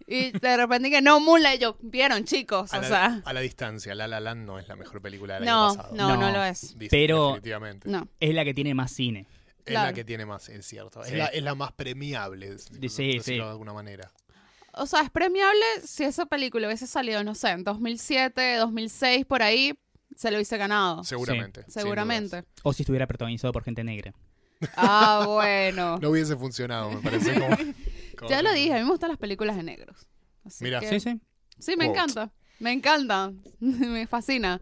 Speaker 2: Y de repente que no, Moonlight, yo, vieron, chicos,
Speaker 3: A
Speaker 2: o
Speaker 3: la,
Speaker 2: sea,
Speaker 3: a la distancia, La La Land no es la mejor película del
Speaker 2: no,
Speaker 3: año pasado.
Speaker 2: no,
Speaker 1: No.
Speaker 2: no lo es.
Speaker 3: Disney,
Speaker 1: Pero-
Speaker 3: Definitivamente.
Speaker 2: No.
Speaker 1: Es la que tiene más cine.
Speaker 3: Es la
Speaker 2: claro.
Speaker 3: que tiene más, es cierto.
Speaker 1: Sí.
Speaker 3: Es, la, es la más premiable, es-
Speaker 1: Sí, sí.
Speaker 3: decirlo de alguna manera.
Speaker 2: O sea, es premiable si esa película hubiese salido, no sé, en 2007, 2006, por ahí, se lo hubiese ganado.
Speaker 3: Seguramente. sin
Speaker 2: Seguramente.
Speaker 1: O si estuviera protagonizado por gente negra.
Speaker 2: Ah, bueno.
Speaker 3: dudas. No hubiese funcionado, me parece. como- como-
Speaker 2: Ya lo dije, a mí me gustan las películas de negros. Así
Speaker 3: Mira.
Speaker 2: que-
Speaker 1: Sí, sí.
Speaker 2: Sí, me
Speaker 3: Quote.
Speaker 2: encanta. Me encanta. me fascina.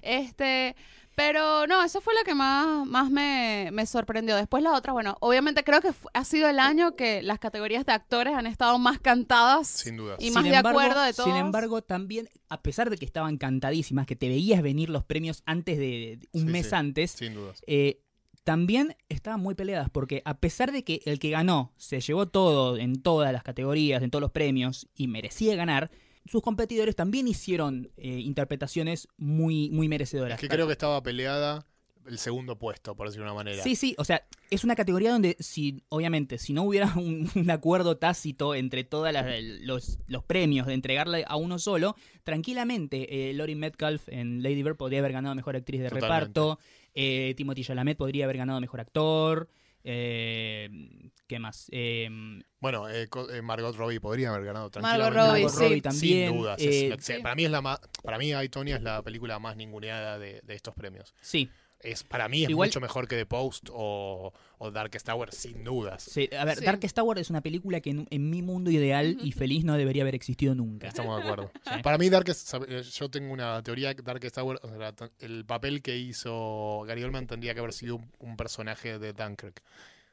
Speaker 2: Este, pero no, eso fue lo que más, más me, me sorprendió. Después las otras, bueno, obviamente creo que fu- ha sido el año que las categorías de actores han estado más cantadas.
Speaker 3: Sin duda.
Speaker 2: Y- más de acuerdo de
Speaker 1: Sin
Speaker 2: todos.
Speaker 1: embargo, también, a pesar de que estaban cantadísimas, que te veías venir los premios antes de, de- un
Speaker 3: Sí,
Speaker 1: mes
Speaker 3: sí.
Speaker 1: antes,
Speaker 3: Sin dudas.
Speaker 1: eh, también estaban muy peleadas, porque a pesar de que el que ganó se llevó todo en todas las categorías, en todos los premios, y merecía ganar, sus competidores también hicieron eh, interpretaciones muy, muy merecedoras.
Speaker 3: Es que creo que estaba peleada el segundo puesto, por decirlo de una manera.
Speaker 1: Sí, sí, o sea, es una categoría donde, si, obviamente, si no hubiera un, un acuerdo tácito entre todos los, los premios de entregarle a uno solo, tranquilamente eh, Lori Metcalf en Lady Bird podría haber ganado Mejor Actriz de
Speaker 3: Totalmente.
Speaker 1: Reparto, eh, Timothy Chalamet podría haber ganado Mejor Actor, eh, ¿qué más? Eh,
Speaker 3: Bueno, eh, co- eh, Margot Robbie podría haber ganado
Speaker 2: Margot
Speaker 3: tranquilamente.
Speaker 2: Robbie,
Speaker 1: Margot
Speaker 2: sí.
Speaker 1: Robbie también.
Speaker 3: Sin dudas. es
Speaker 1: eh,
Speaker 3: la- se- Para mí es la más, para mí I, Tonya, es la película más ninguneada de, de estos premios.
Speaker 1: sí,
Speaker 3: Es para mí es
Speaker 1: Igual-
Speaker 3: mucho mejor que The Post o, o Darkest Tower, sin dudas.
Speaker 1: sí, a ver,
Speaker 2: Sí.
Speaker 1: Darkest Tower es una película que en, en mi mundo ideal y feliz no debería haber existido nunca.
Speaker 3: Estamos de acuerdo.
Speaker 1: Sí.
Speaker 3: Para mí, Darkest, sab- eh, yo tengo una teoría que Darkest Tower, o sea, ta- el papel que hizo Gary Oldman tendría que haber sido un, un personaje de Dunkirk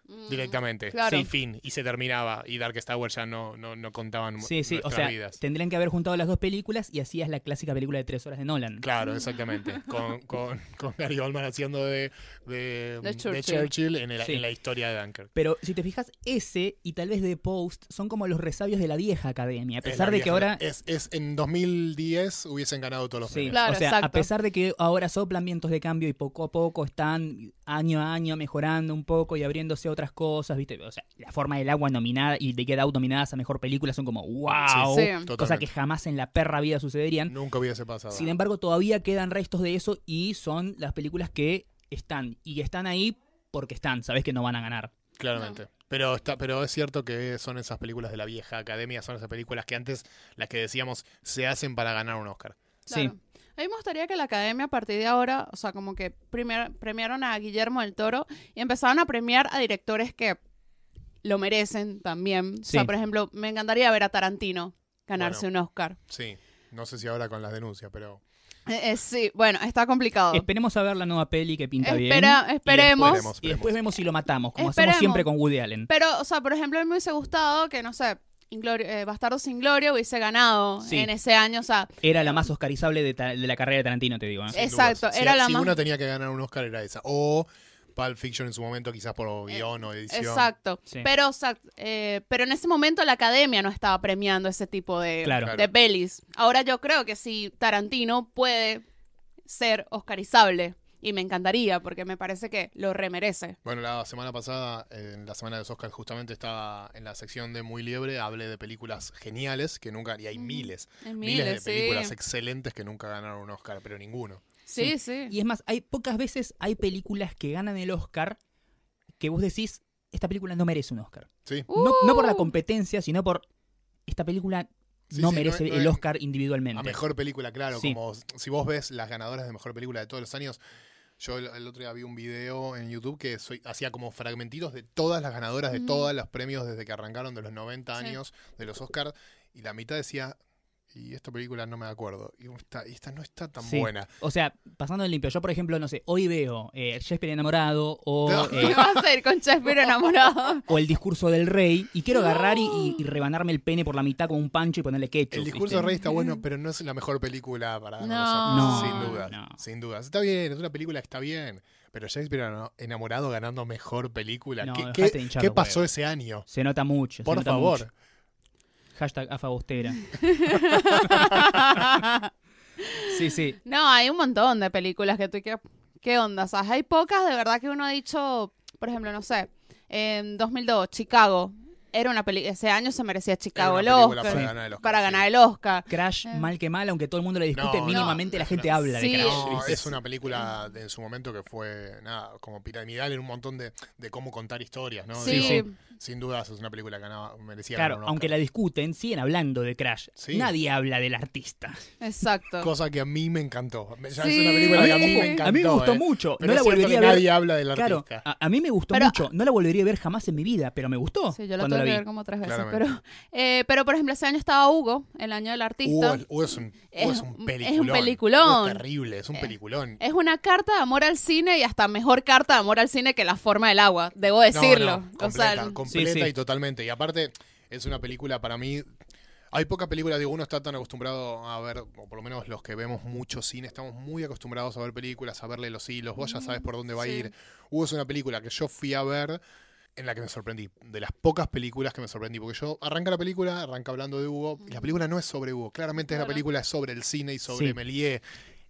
Speaker 2: Mm,
Speaker 3: directamente,
Speaker 2: Claro.
Speaker 3: sin fin, y se terminaba. Y Darkest Tower ya no, no, no contaban mu-
Speaker 1: Sí, sí, o
Speaker 3: nuestras
Speaker 1: sea,
Speaker 3: vidas.
Speaker 1: tendrían que haber juntado las dos películas y así es la clásica película de tres horas de Nolan.
Speaker 3: Claro, exactamente. Con, con, con Gary Oldman haciendo de, de,
Speaker 2: De
Speaker 3: de Churchill.
Speaker 2: Churchill.
Speaker 3: en, el-
Speaker 1: Sí.
Speaker 3: en la historia de Dunkirk.
Speaker 1: Pero si te fijas, ese y tal vez The Post son como los resabios de la vieja academia. A
Speaker 3: Es
Speaker 1: pesar
Speaker 3: la
Speaker 1: de que
Speaker 3: vieja-
Speaker 1: ahora.
Speaker 3: Es, es en 2010 hubiesen ganado todos los
Speaker 1: Sí,
Speaker 3: premios.
Speaker 2: Claro,
Speaker 1: o sea, a
Speaker 2: exacto.
Speaker 1: pesar de que ahora soplan vientos de cambio y poco a poco están año a año mejorando un poco y abriéndose a otras cosas, ¿viste? O sea, la forma del agua nominada y de Get Out nominadas a mejor película son como wow,
Speaker 2: Sí.
Speaker 3: Totalmente.
Speaker 1: cosa que jamás en la perra vida sucederían.
Speaker 3: Nunca hubiese pasado.
Speaker 1: Sin embargo, todavía quedan restos de eso y son las películas que están y están ahí porque están, sabes que no van a ganar.
Speaker 3: Claramente. Pero, está, pero es cierto que son esas películas de la vieja academia, son esas películas que antes, las que decíamos, se hacen para ganar un Oscar.
Speaker 2: claro. A mí me gustaría que la academia a partir de ahora, o sea, como que primer- premiaron a Guillermo del Toro y empezaron a premiar a directores que lo merecen también. O sea,
Speaker 1: Sí.
Speaker 2: por ejemplo, me encantaría ver a Tarantino ganarse un Oscar.
Speaker 3: Sí. No sé si ahora con las denuncias, pero.
Speaker 2: Eh, eh, sí, bueno, está complicado.
Speaker 1: Oh. Esperemos a ver la nueva peli que pinta bien.
Speaker 2: Espera- esperemos.
Speaker 3: Esperemos,
Speaker 1: Y después vemos si lo matamos, como hacemos
Speaker 2: Esperemos.
Speaker 1: siempre con Woody Allen.
Speaker 2: Pero, o sea, por ejemplo, a mí me hubiese gustado que, no sé, Inglorio- eh, Bastardo sin Gloria hubiese ganado
Speaker 1: Sí.
Speaker 2: en ese año. O sea,
Speaker 1: Era la más oscarizable de, ta- de la carrera de Tarantino, te digo. ¿eh?
Speaker 2: Sí. Exacto,
Speaker 3: Si-
Speaker 2: era la
Speaker 3: si
Speaker 2: más-
Speaker 3: una tenía que ganar un Oscar, era esa. O Pulp Fiction en su momento, quizás por guión o edición.
Speaker 2: exacto.
Speaker 1: Sí.
Speaker 2: Pero, o sea, eh, pero en ese momento la academia no estaba premiando ese tipo de,
Speaker 1: Claro.
Speaker 2: de pelis. Ahora yo creo que si Tarantino puede ser oscarizable. Y me encantaría porque me parece que lo remerece.
Speaker 3: Bueno, la semana pasada, en la semana de los Oscars, justamente estaba en la sección de Muy Liebre, hablé de películas geniales que nunca, y hay
Speaker 2: Ujú.
Speaker 3: miles,
Speaker 2: Hay
Speaker 3: miles,
Speaker 2: Mm, miles,
Speaker 3: de películas eh.
Speaker 2: sí.
Speaker 3: excelentes que nunca ganaron un Oscar, pero ninguno.
Speaker 2: Sí, sí.
Speaker 1: Y es más, hay pocas veces hay películas que ganan el Oscar que vos decís, esta película no merece un Oscar.
Speaker 3: Sí.
Speaker 1: No, no por la
Speaker 2: Uh.
Speaker 1: competencia, sino por esta película
Speaker 3: Sí,
Speaker 1: no
Speaker 3: sí,
Speaker 1: merece
Speaker 3: no es- no
Speaker 1: el
Speaker 3: es-
Speaker 1: Oscar individualmente.
Speaker 3: A mejor película, claro.
Speaker 1: Sí.
Speaker 3: Como si vos ves las ganadoras de mejor película de todos los años. Yo el, el otro día vi un video en YouTube que soy- hacía como fragmentitos de todas las ganadoras de
Speaker 2: Ujú.
Speaker 3: todos los premios desde que arrancaron de los 90
Speaker 2: Sí.
Speaker 3: años de los Oscars. Y la mitad decía, y esta película no me acuerdo. Y esta, y esta no está tan
Speaker 1: Sí.
Speaker 3: buena.
Speaker 1: O sea, pasando el limpio, yo por ejemplo, no sé, hoy veo eh, Shakespeare enamorado o,
Speaker 3: No.
Speaker 1: eh,
Speaker 2: ¿Qué vas a hacer con Shakespeare enamorado?
Speaker 1: o el discurso del rey y quiero
Speaker 2: No.
Speaker 1: agarrar y, y- y rebanarme el pene por la mitad con un pancho y ponerle ketchup.
Speaker 3: El discurso
Speaker 1: ¿viste?
Speaker 3: de Rey está bueno, pero no es la mejor película para ganar los
Speaker 2: No.
Speaker 3: Oscars,
Speaker 1: No,
Speaker 3: sin duda.
Speaker 1: no.
Speaker 3: Sin duda. Está bien, es una película que está bien. Pero Shakespeare eno- enamorado ganando mejor película.
Speaker 1: No,
Speaker 3: ¿Qué-
Speaker 1: dejate
Speaker 3: ¿Qué,
Speaker 1: de hinchar
Speaker 3: qué
Speaker 1: los
Speaker 3: pasó
Speaker 1: huevos.
Speaker 3: ese año?
Speaker 1: Se nota mucho. se
Speaker 3: Por
Speaker 1: nota
Speaker 3: favor.
Speaker 1: mucho. Hashtag afagostera. Sí, sí.
Speaker 2: no, hay un montón de películas que tú... ¿Qué, qué onda? ¿Sabes? Hay pocas de verdad que uno ha dicho... Por ejemplo, no sé, en 2002, Chicago. Era una peli Ese año se merecía Chicago el
Speaker 3: Era una película
Speaker 2: Oscar.
Speaker 3: para
Speaker 2: Para,
Speaker 3: ganar el Oscar. sí.
Speaker 2: ganar el Oscar.
Speaker 1: Crash,
Speaker 2: Eh.
Speaker 1: mal que mal, aunque todo el mundo lo discute,
Speaker 3: No,
Speaker 1: mínimamente
Speaker 3: no,
Speaker 1: la
Speaker 3: no,
Speaker 1: gente
Speaker 3: no.
Speaker 1: habla
Speaker 2: Sí.
Speaker 1: de Crash.
Speaker 3: No,
Speaker 1: ¿viste?
Speaker 3: es una película de- en su momento que fue, nada, como piramidal en un montón de, de cómo contar historias, ¿no?
Speaker 2: sí,
Speaker 1: sí.
Speaker 3: Sin dudas es una película que ganaba- merecía
Speaker 1: Claro,
Speaker 3: ganar un
Speaker 1: aunque la
Speaker 3: Oscar.
Speaker 1: discuten, siguen hablando de Crash.
Speaker 3: Sí.
Speaker 1: Nadie habla del artista.
Speaker 2: exacto.
Speaker 3: Cosa que a mí me encantó. Me- ya
Speaker 2: Sí.
Speaker 3: Es una película que a mí me encantó.
Speaker 1: a mí me gustó
Speaker 3: eh.
Speaker 1: mucho.
Speaker 3: Pero
Speaker 1: no la
Speaker 3: es cierto
Speaker 1: volvería
Speaker 3: que
Speaker 1: a ver.
Speaker 3: nadie habla del
Speaker 1: claro,
Speaker 3: artista.
Speaker 1: a, a mí me gustó
Speaker 2: Pero-
Speaker 1: mucho. No la volvería a ver jamás en mi vida, pero me gustó.
Speaker 2: Sí, yo la
Speaker 1: cuando
Speaker 2: tuve
Speaker 1: la
Speaker 2: que
Speaker 1: vi.
Speaker 2: ver como tres veces.
Speaker 3: Claramente.
Speaker 2: Pero, eh, pero, por ejemplo, ese año estaba Hugo, el año del artista.
Speaker 3: Hugo, Hugo es un, Hugo
Speaker 2: Es-
Speaker 3: es
Speaker 2: es un
Speaker 3: un peliculón. Hugo es
Speaker 2: peliculón.
Speaker 3: terrible, es un
Speaker 2: Eh,
Speaker 3: peliculón.
Speaker 2: Es una carta de amor al cine y hasta mejor carta de amor al cine que La forma del agua, debo decirlo.
Speaker 3: No, no,
Speaker 2: o sea,
Speaker 3: completa, completa
Speaker 1: Sí, sí.
Speaker 3: y totalmente. Y aparte, es una película para mí. Hay pocas películas, digo, uno está tan acostumbrado a ver, o por lo menos los que vemos mucho cine, estamos muy acostumbrados a ver películas, a verle los hilos, vos ya sabes por dónde va
Speaker 2: sí.
Speaker 3: a ir. Hubo es una película que yo fui a ver en la que me sorprendí, de las pocas películas que me sorprendí, porque yo arranca la película, arranca hablando de Hugo, y la película no es sobre Hugo, claramente
Speaker 2: Claro.
Speaker 3: la película es sobre el cine y sobre
Speaker 1: Sí.
Speaker 3: Méliès.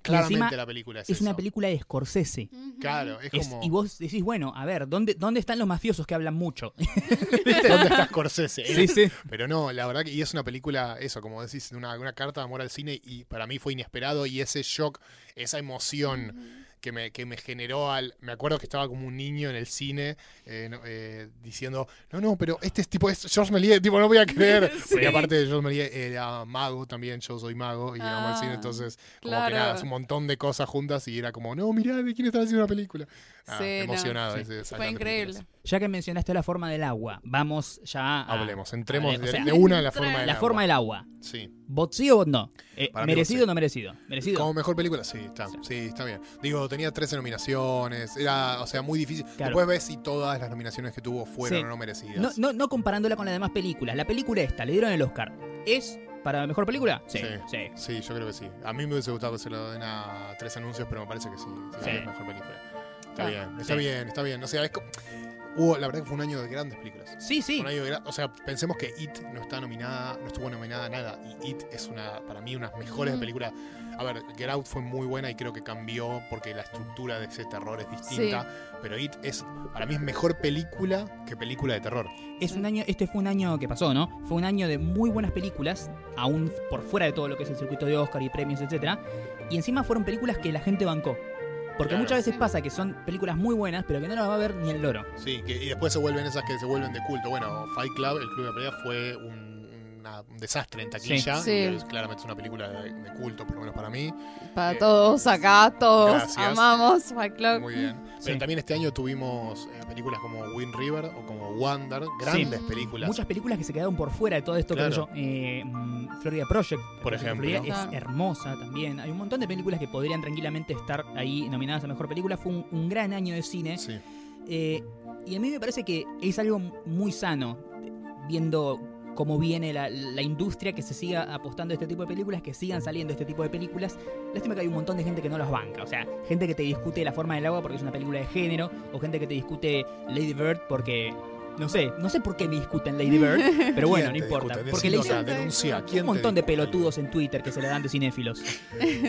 Speaker 3: Claramente
Speaker 1: encima
Speaker 3: la película es,
Speaker 1: Es una
Speaker 3: eso.
Speaker 1: película de Scorsese.
Speaker 2: Ujú.
Speaker 3: Claro, es,
Speaker 1: Es-
Speaker 3: como
Speaker 1: y vos decís, bueno, a ver, ¿dónde, ¿dónde están los mafiosos que hablan mucho?
Speaker 3: ¿dónde está Scorsese?
Speaker 1: sí.
Speaker 3: Pero no, la verdad que y es una película, eso, como decís, una, una carta de amor al cine y para mí fue inesperado y ese shock, esa emoción que me, que me generó al... Me acuerdo que estaba como un niño en el cine eh, no, eh, diciendo, no, no, pero este es tipo, es Georges Méliès, tipo, no voy a creer.
Speaker 2: Sí.
Speaker 3: Porque aparte de Georges Méliès era mago también, yo soy mago y amo
Speaker 2: Ah,
Speaker 3: el cine, entonces como
Speaker 2: claro.
Speaker 3: que nada, es un montón de cosas juntas y era como, no, mirá, ¿de quién están haciendo una película? Ah,
Speaker 2: Sí, no.
Speaker 3: emocionado.
Speaker 1: Sí.
Speaker 3: ese- esa
Speaker 2: Fue
Speaker 3: gran
Speaker 2: increíble.
Speaker 3: película.
Speaker 1: Ya que mencionaste la forma del agua, vamos ya a...
Speaker 3: Hablemos,
Speaker 2: Ah,
Speaker 3: entremos
Speaker 1: Hable- o
Speaker 3: de,
Speaker 1: sea,
Speaker 3: de una a la forma
Speaker 2: la
Speaker 3: del
Speaker 1: La
Speaker 3: agua.
Speaker 1: forma del agua.
Speaker 3: Sí.
Speaker 1: ¿Bot sí o bot no? Eh,
Speaker 3: Para mí
Speaker 1: ¿Merecido
Speaker 3: bot sí.
Speaker 1: o no merecido? ¿Merecido?
Speaker 3: Como mejor película, sí, está, sí, está bien. Digo, tenía 13 nominaciones, era, o sea, muy difícil.
Speaker 1: Claro.
Speaker 3: Después ves si todas las nominaciones que tuvo fueron
Speaker 1: Sí.
Speaker 3: o no merecidas.
Speaker 1: No, no, no comparándola con las demás películas. La película esta, le dieron el Oscar. ¿Es para mejor película? Sí, sí.
Speaker 3: Sí. Sí, yo creo que sí. A mí me hubiese gustado que se lo den a tres anuncios, pero me parece que sí. sí,
Speaker 1: Sí.
Speaker 3: es mejor película. Está
Speaker 1: Ah,
Speaker 3: bien, está
Speaker 1: sí.
Speaker 3: bien, está bien. O sea, es como- hubo- la verdad que fue un año de grandes películas.
Speaker 1: Sí, sí.
Speaker 3: Un año de gra- O sea, pensemos que It no está nominada, no estuvo nominada a nada. Y It es una, para mí, unas mejores
Speaker 2: Mm.
Speaker 3: películas. A ver, Get Out fue muy buena y creo que cambió porque la estructura de ese terror es distinta. Pero It es, para mí, es mejor película que película de terror.
Speaker 1: Es un año, este fue un año que pasó, ¿no? Fue un año de muy buenas películas, aún por fuera de todo lo que es el circuito de Oscar y premios, etcétera. Y encima fueron películas que la gente bancó. Porque
Speaker 3: Claro.
Speaker 1: muchas veces
Speaker 2: Sí.
Speaker 1: pasa que son películas muy buenas, pero que no las va a ver ni el loro.
Speaker 3: Sí, que, y después se vuelven esas que se vuelven de culto. Bueno, Fight Club, el club de pelea, fue un, una- un desastre en taquilla.
Speaker 2: Sí.
Speaker 3: y
Speaker 2: Sí.
Speaker 3: es- claramente es una película de, de culto, por lo menos para mí.
Speaker 2: Para
Speaker 3: Eh,
Speaker 2: todos, acá, todos.
Speaker 3: gracias.
Speaker 2: Amamos Fight Club.
Speaker 3: Muy bien. Pero
Speaker 1: Sí.
Speaker 3: también este año tuvimos eh, películas como Wind River o como Wander, grandes
Speaker 2: Sí.
Speaker 3: películas.
Speaker 1: Muchas películas que se quedaron por fuera de todo esto, creo
Speaker 3: Claro.
Speaker 1: yo. Eh, mm, Florida Project,
Speaker 3: Por
Speaker 1: Project
Speaker 3: ejemplo.
Speaker 1: Florida,
Speaker 2: Claro.
Speaker 1: es hermosa también. Hay un montón de películas que podrían tranquilamente estar ahí nominadas a mejor película. Fue un, un gran año de cine.
Speaker 3: Sí.
Speaker 1: Eh, y a mí me parece que es algo muy sano, viendo cómo viene la, la industria, que se siga apostando a este tipo de películas, que sigan saliendo este tipo de películas. Lástima que hay un montón de gente que no las banca, o sea, gente que te discute La forma del agua porque es una película de género, o gente que te discute Lady Bird porque No sé, no sé por qué me discuten Lady Bird, pero bueno, no
Speaker 3: ¿Quién te
Speaker 1: importa.
Speaker 3: discute?
Speaker 1: Porque le
Speaker 3: Decilo
Speaker 2: hizo-
Speaker 1: dicen
Speaker 3: acá, denuncia.
Speaker 1: un
Speaker 3: ¿Quién te
Speaker 1: montón de
Speaker 3: discute?
Speaker 1: pelotudos en Twitter que se le dan de cinéfilos.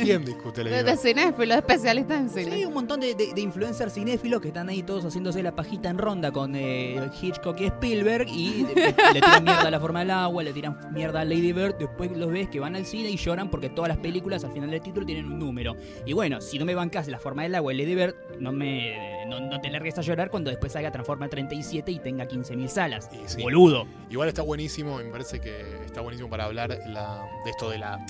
Speaker 3: ¿Quién discute Lady
Speaker 2: De, de
Speaker 3: Bird?
Speaker 2: cinéfilos, especialistas en
Speaker 1: Sí,
Speaker 2: cine.
Speaker 1: hay un montón de, de- de influencers cinéfilos que están ahí todos haciéndose la pajita en ronda con eh, Hitchcock y Spielberg y le, le tiran mierda a la forma del agua, le tiran mierda a Lady Bird, después los ves que van al cine y lloran porque todas las películas al final del título tienen un número. Y bueno, si no me bancas la forma del agua y Lady Bird, no me no, no te largues a llorar cuando después salga Transforma 37 y tenga 15.000 salas.
Speaker 3: Y sí.
Speaker 1: Boludo.
Speaker 3: Igual está buenísimo, me parece que está buenísimo para hablar la- de esto de la.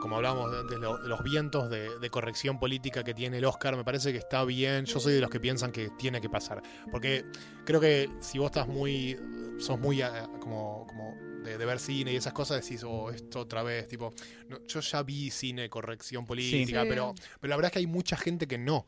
Speaker 3: Como hablábamos de, de lo- de los vientos de, de corrección política que tiene el Oscar, me parece que está bien. Yo soy de los que piensan que tiene que pasar. Porque creo que si vos estás muy. sos muy eh, como. como de, de ver cine y esas cosas, decís, oh, esto otra vez, tipo. no, yo ya vi cine, corrección política,
Speaker 2: Sí.
Speaker 3: pero, pero la verdad es que hay mucha gente que no.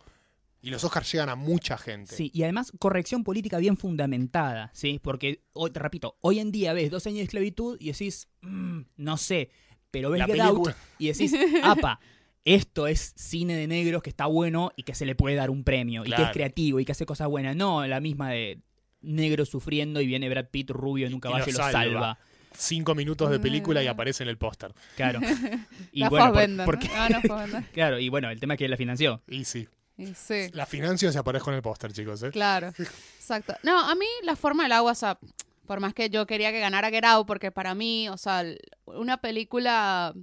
Speaker 3: Y los Oscars llegan a mucha gente.
Speaker 1: Sí, y además corrección política bien fundamentada, ¿sí? Porque, hoy, te repito, hoy en día ves dos años de esclavitud y decís, "Mm, no sé, pero ves
Speaker 3: La
Speaker 1: Get Out
Speaker 3: película-
Speaker 1: y decís, apa, esto es cine de negros que está bueno y que se le puede dar un premio, y que
Speaker 3: Claro.
Speaker 1: es creativo y que hace cosas buenas. No, la misma de negro sufriendo y viene Brad Pitt rubio en un caballo y
Speaker 3: lo
Speaker 1: lo salva.
Speaker 3: salva. cinco minutos de película y aparece en el póster.
Speaker 1: Claro. Y
Speaker 2: la
Speaker 1: bueno, por-
Speaker 2: Fassbender,
Speaker 1: porque-
Speaker 2: ¿no? Ah, no, Fassbender.
Speaker 1: claro, y bueno, el tema es que la financió.
Speaker 3: Y sí.
Speaker 2: Y Sí,
Speaker 3: La financia se aparece con el póster, chicos. ¿eh?
Speaker 2: claro. Exacto. No, a mí la forma del agua, o sea, por más que yo quería que ganara Get Out, porque para mí, o sea, l- una película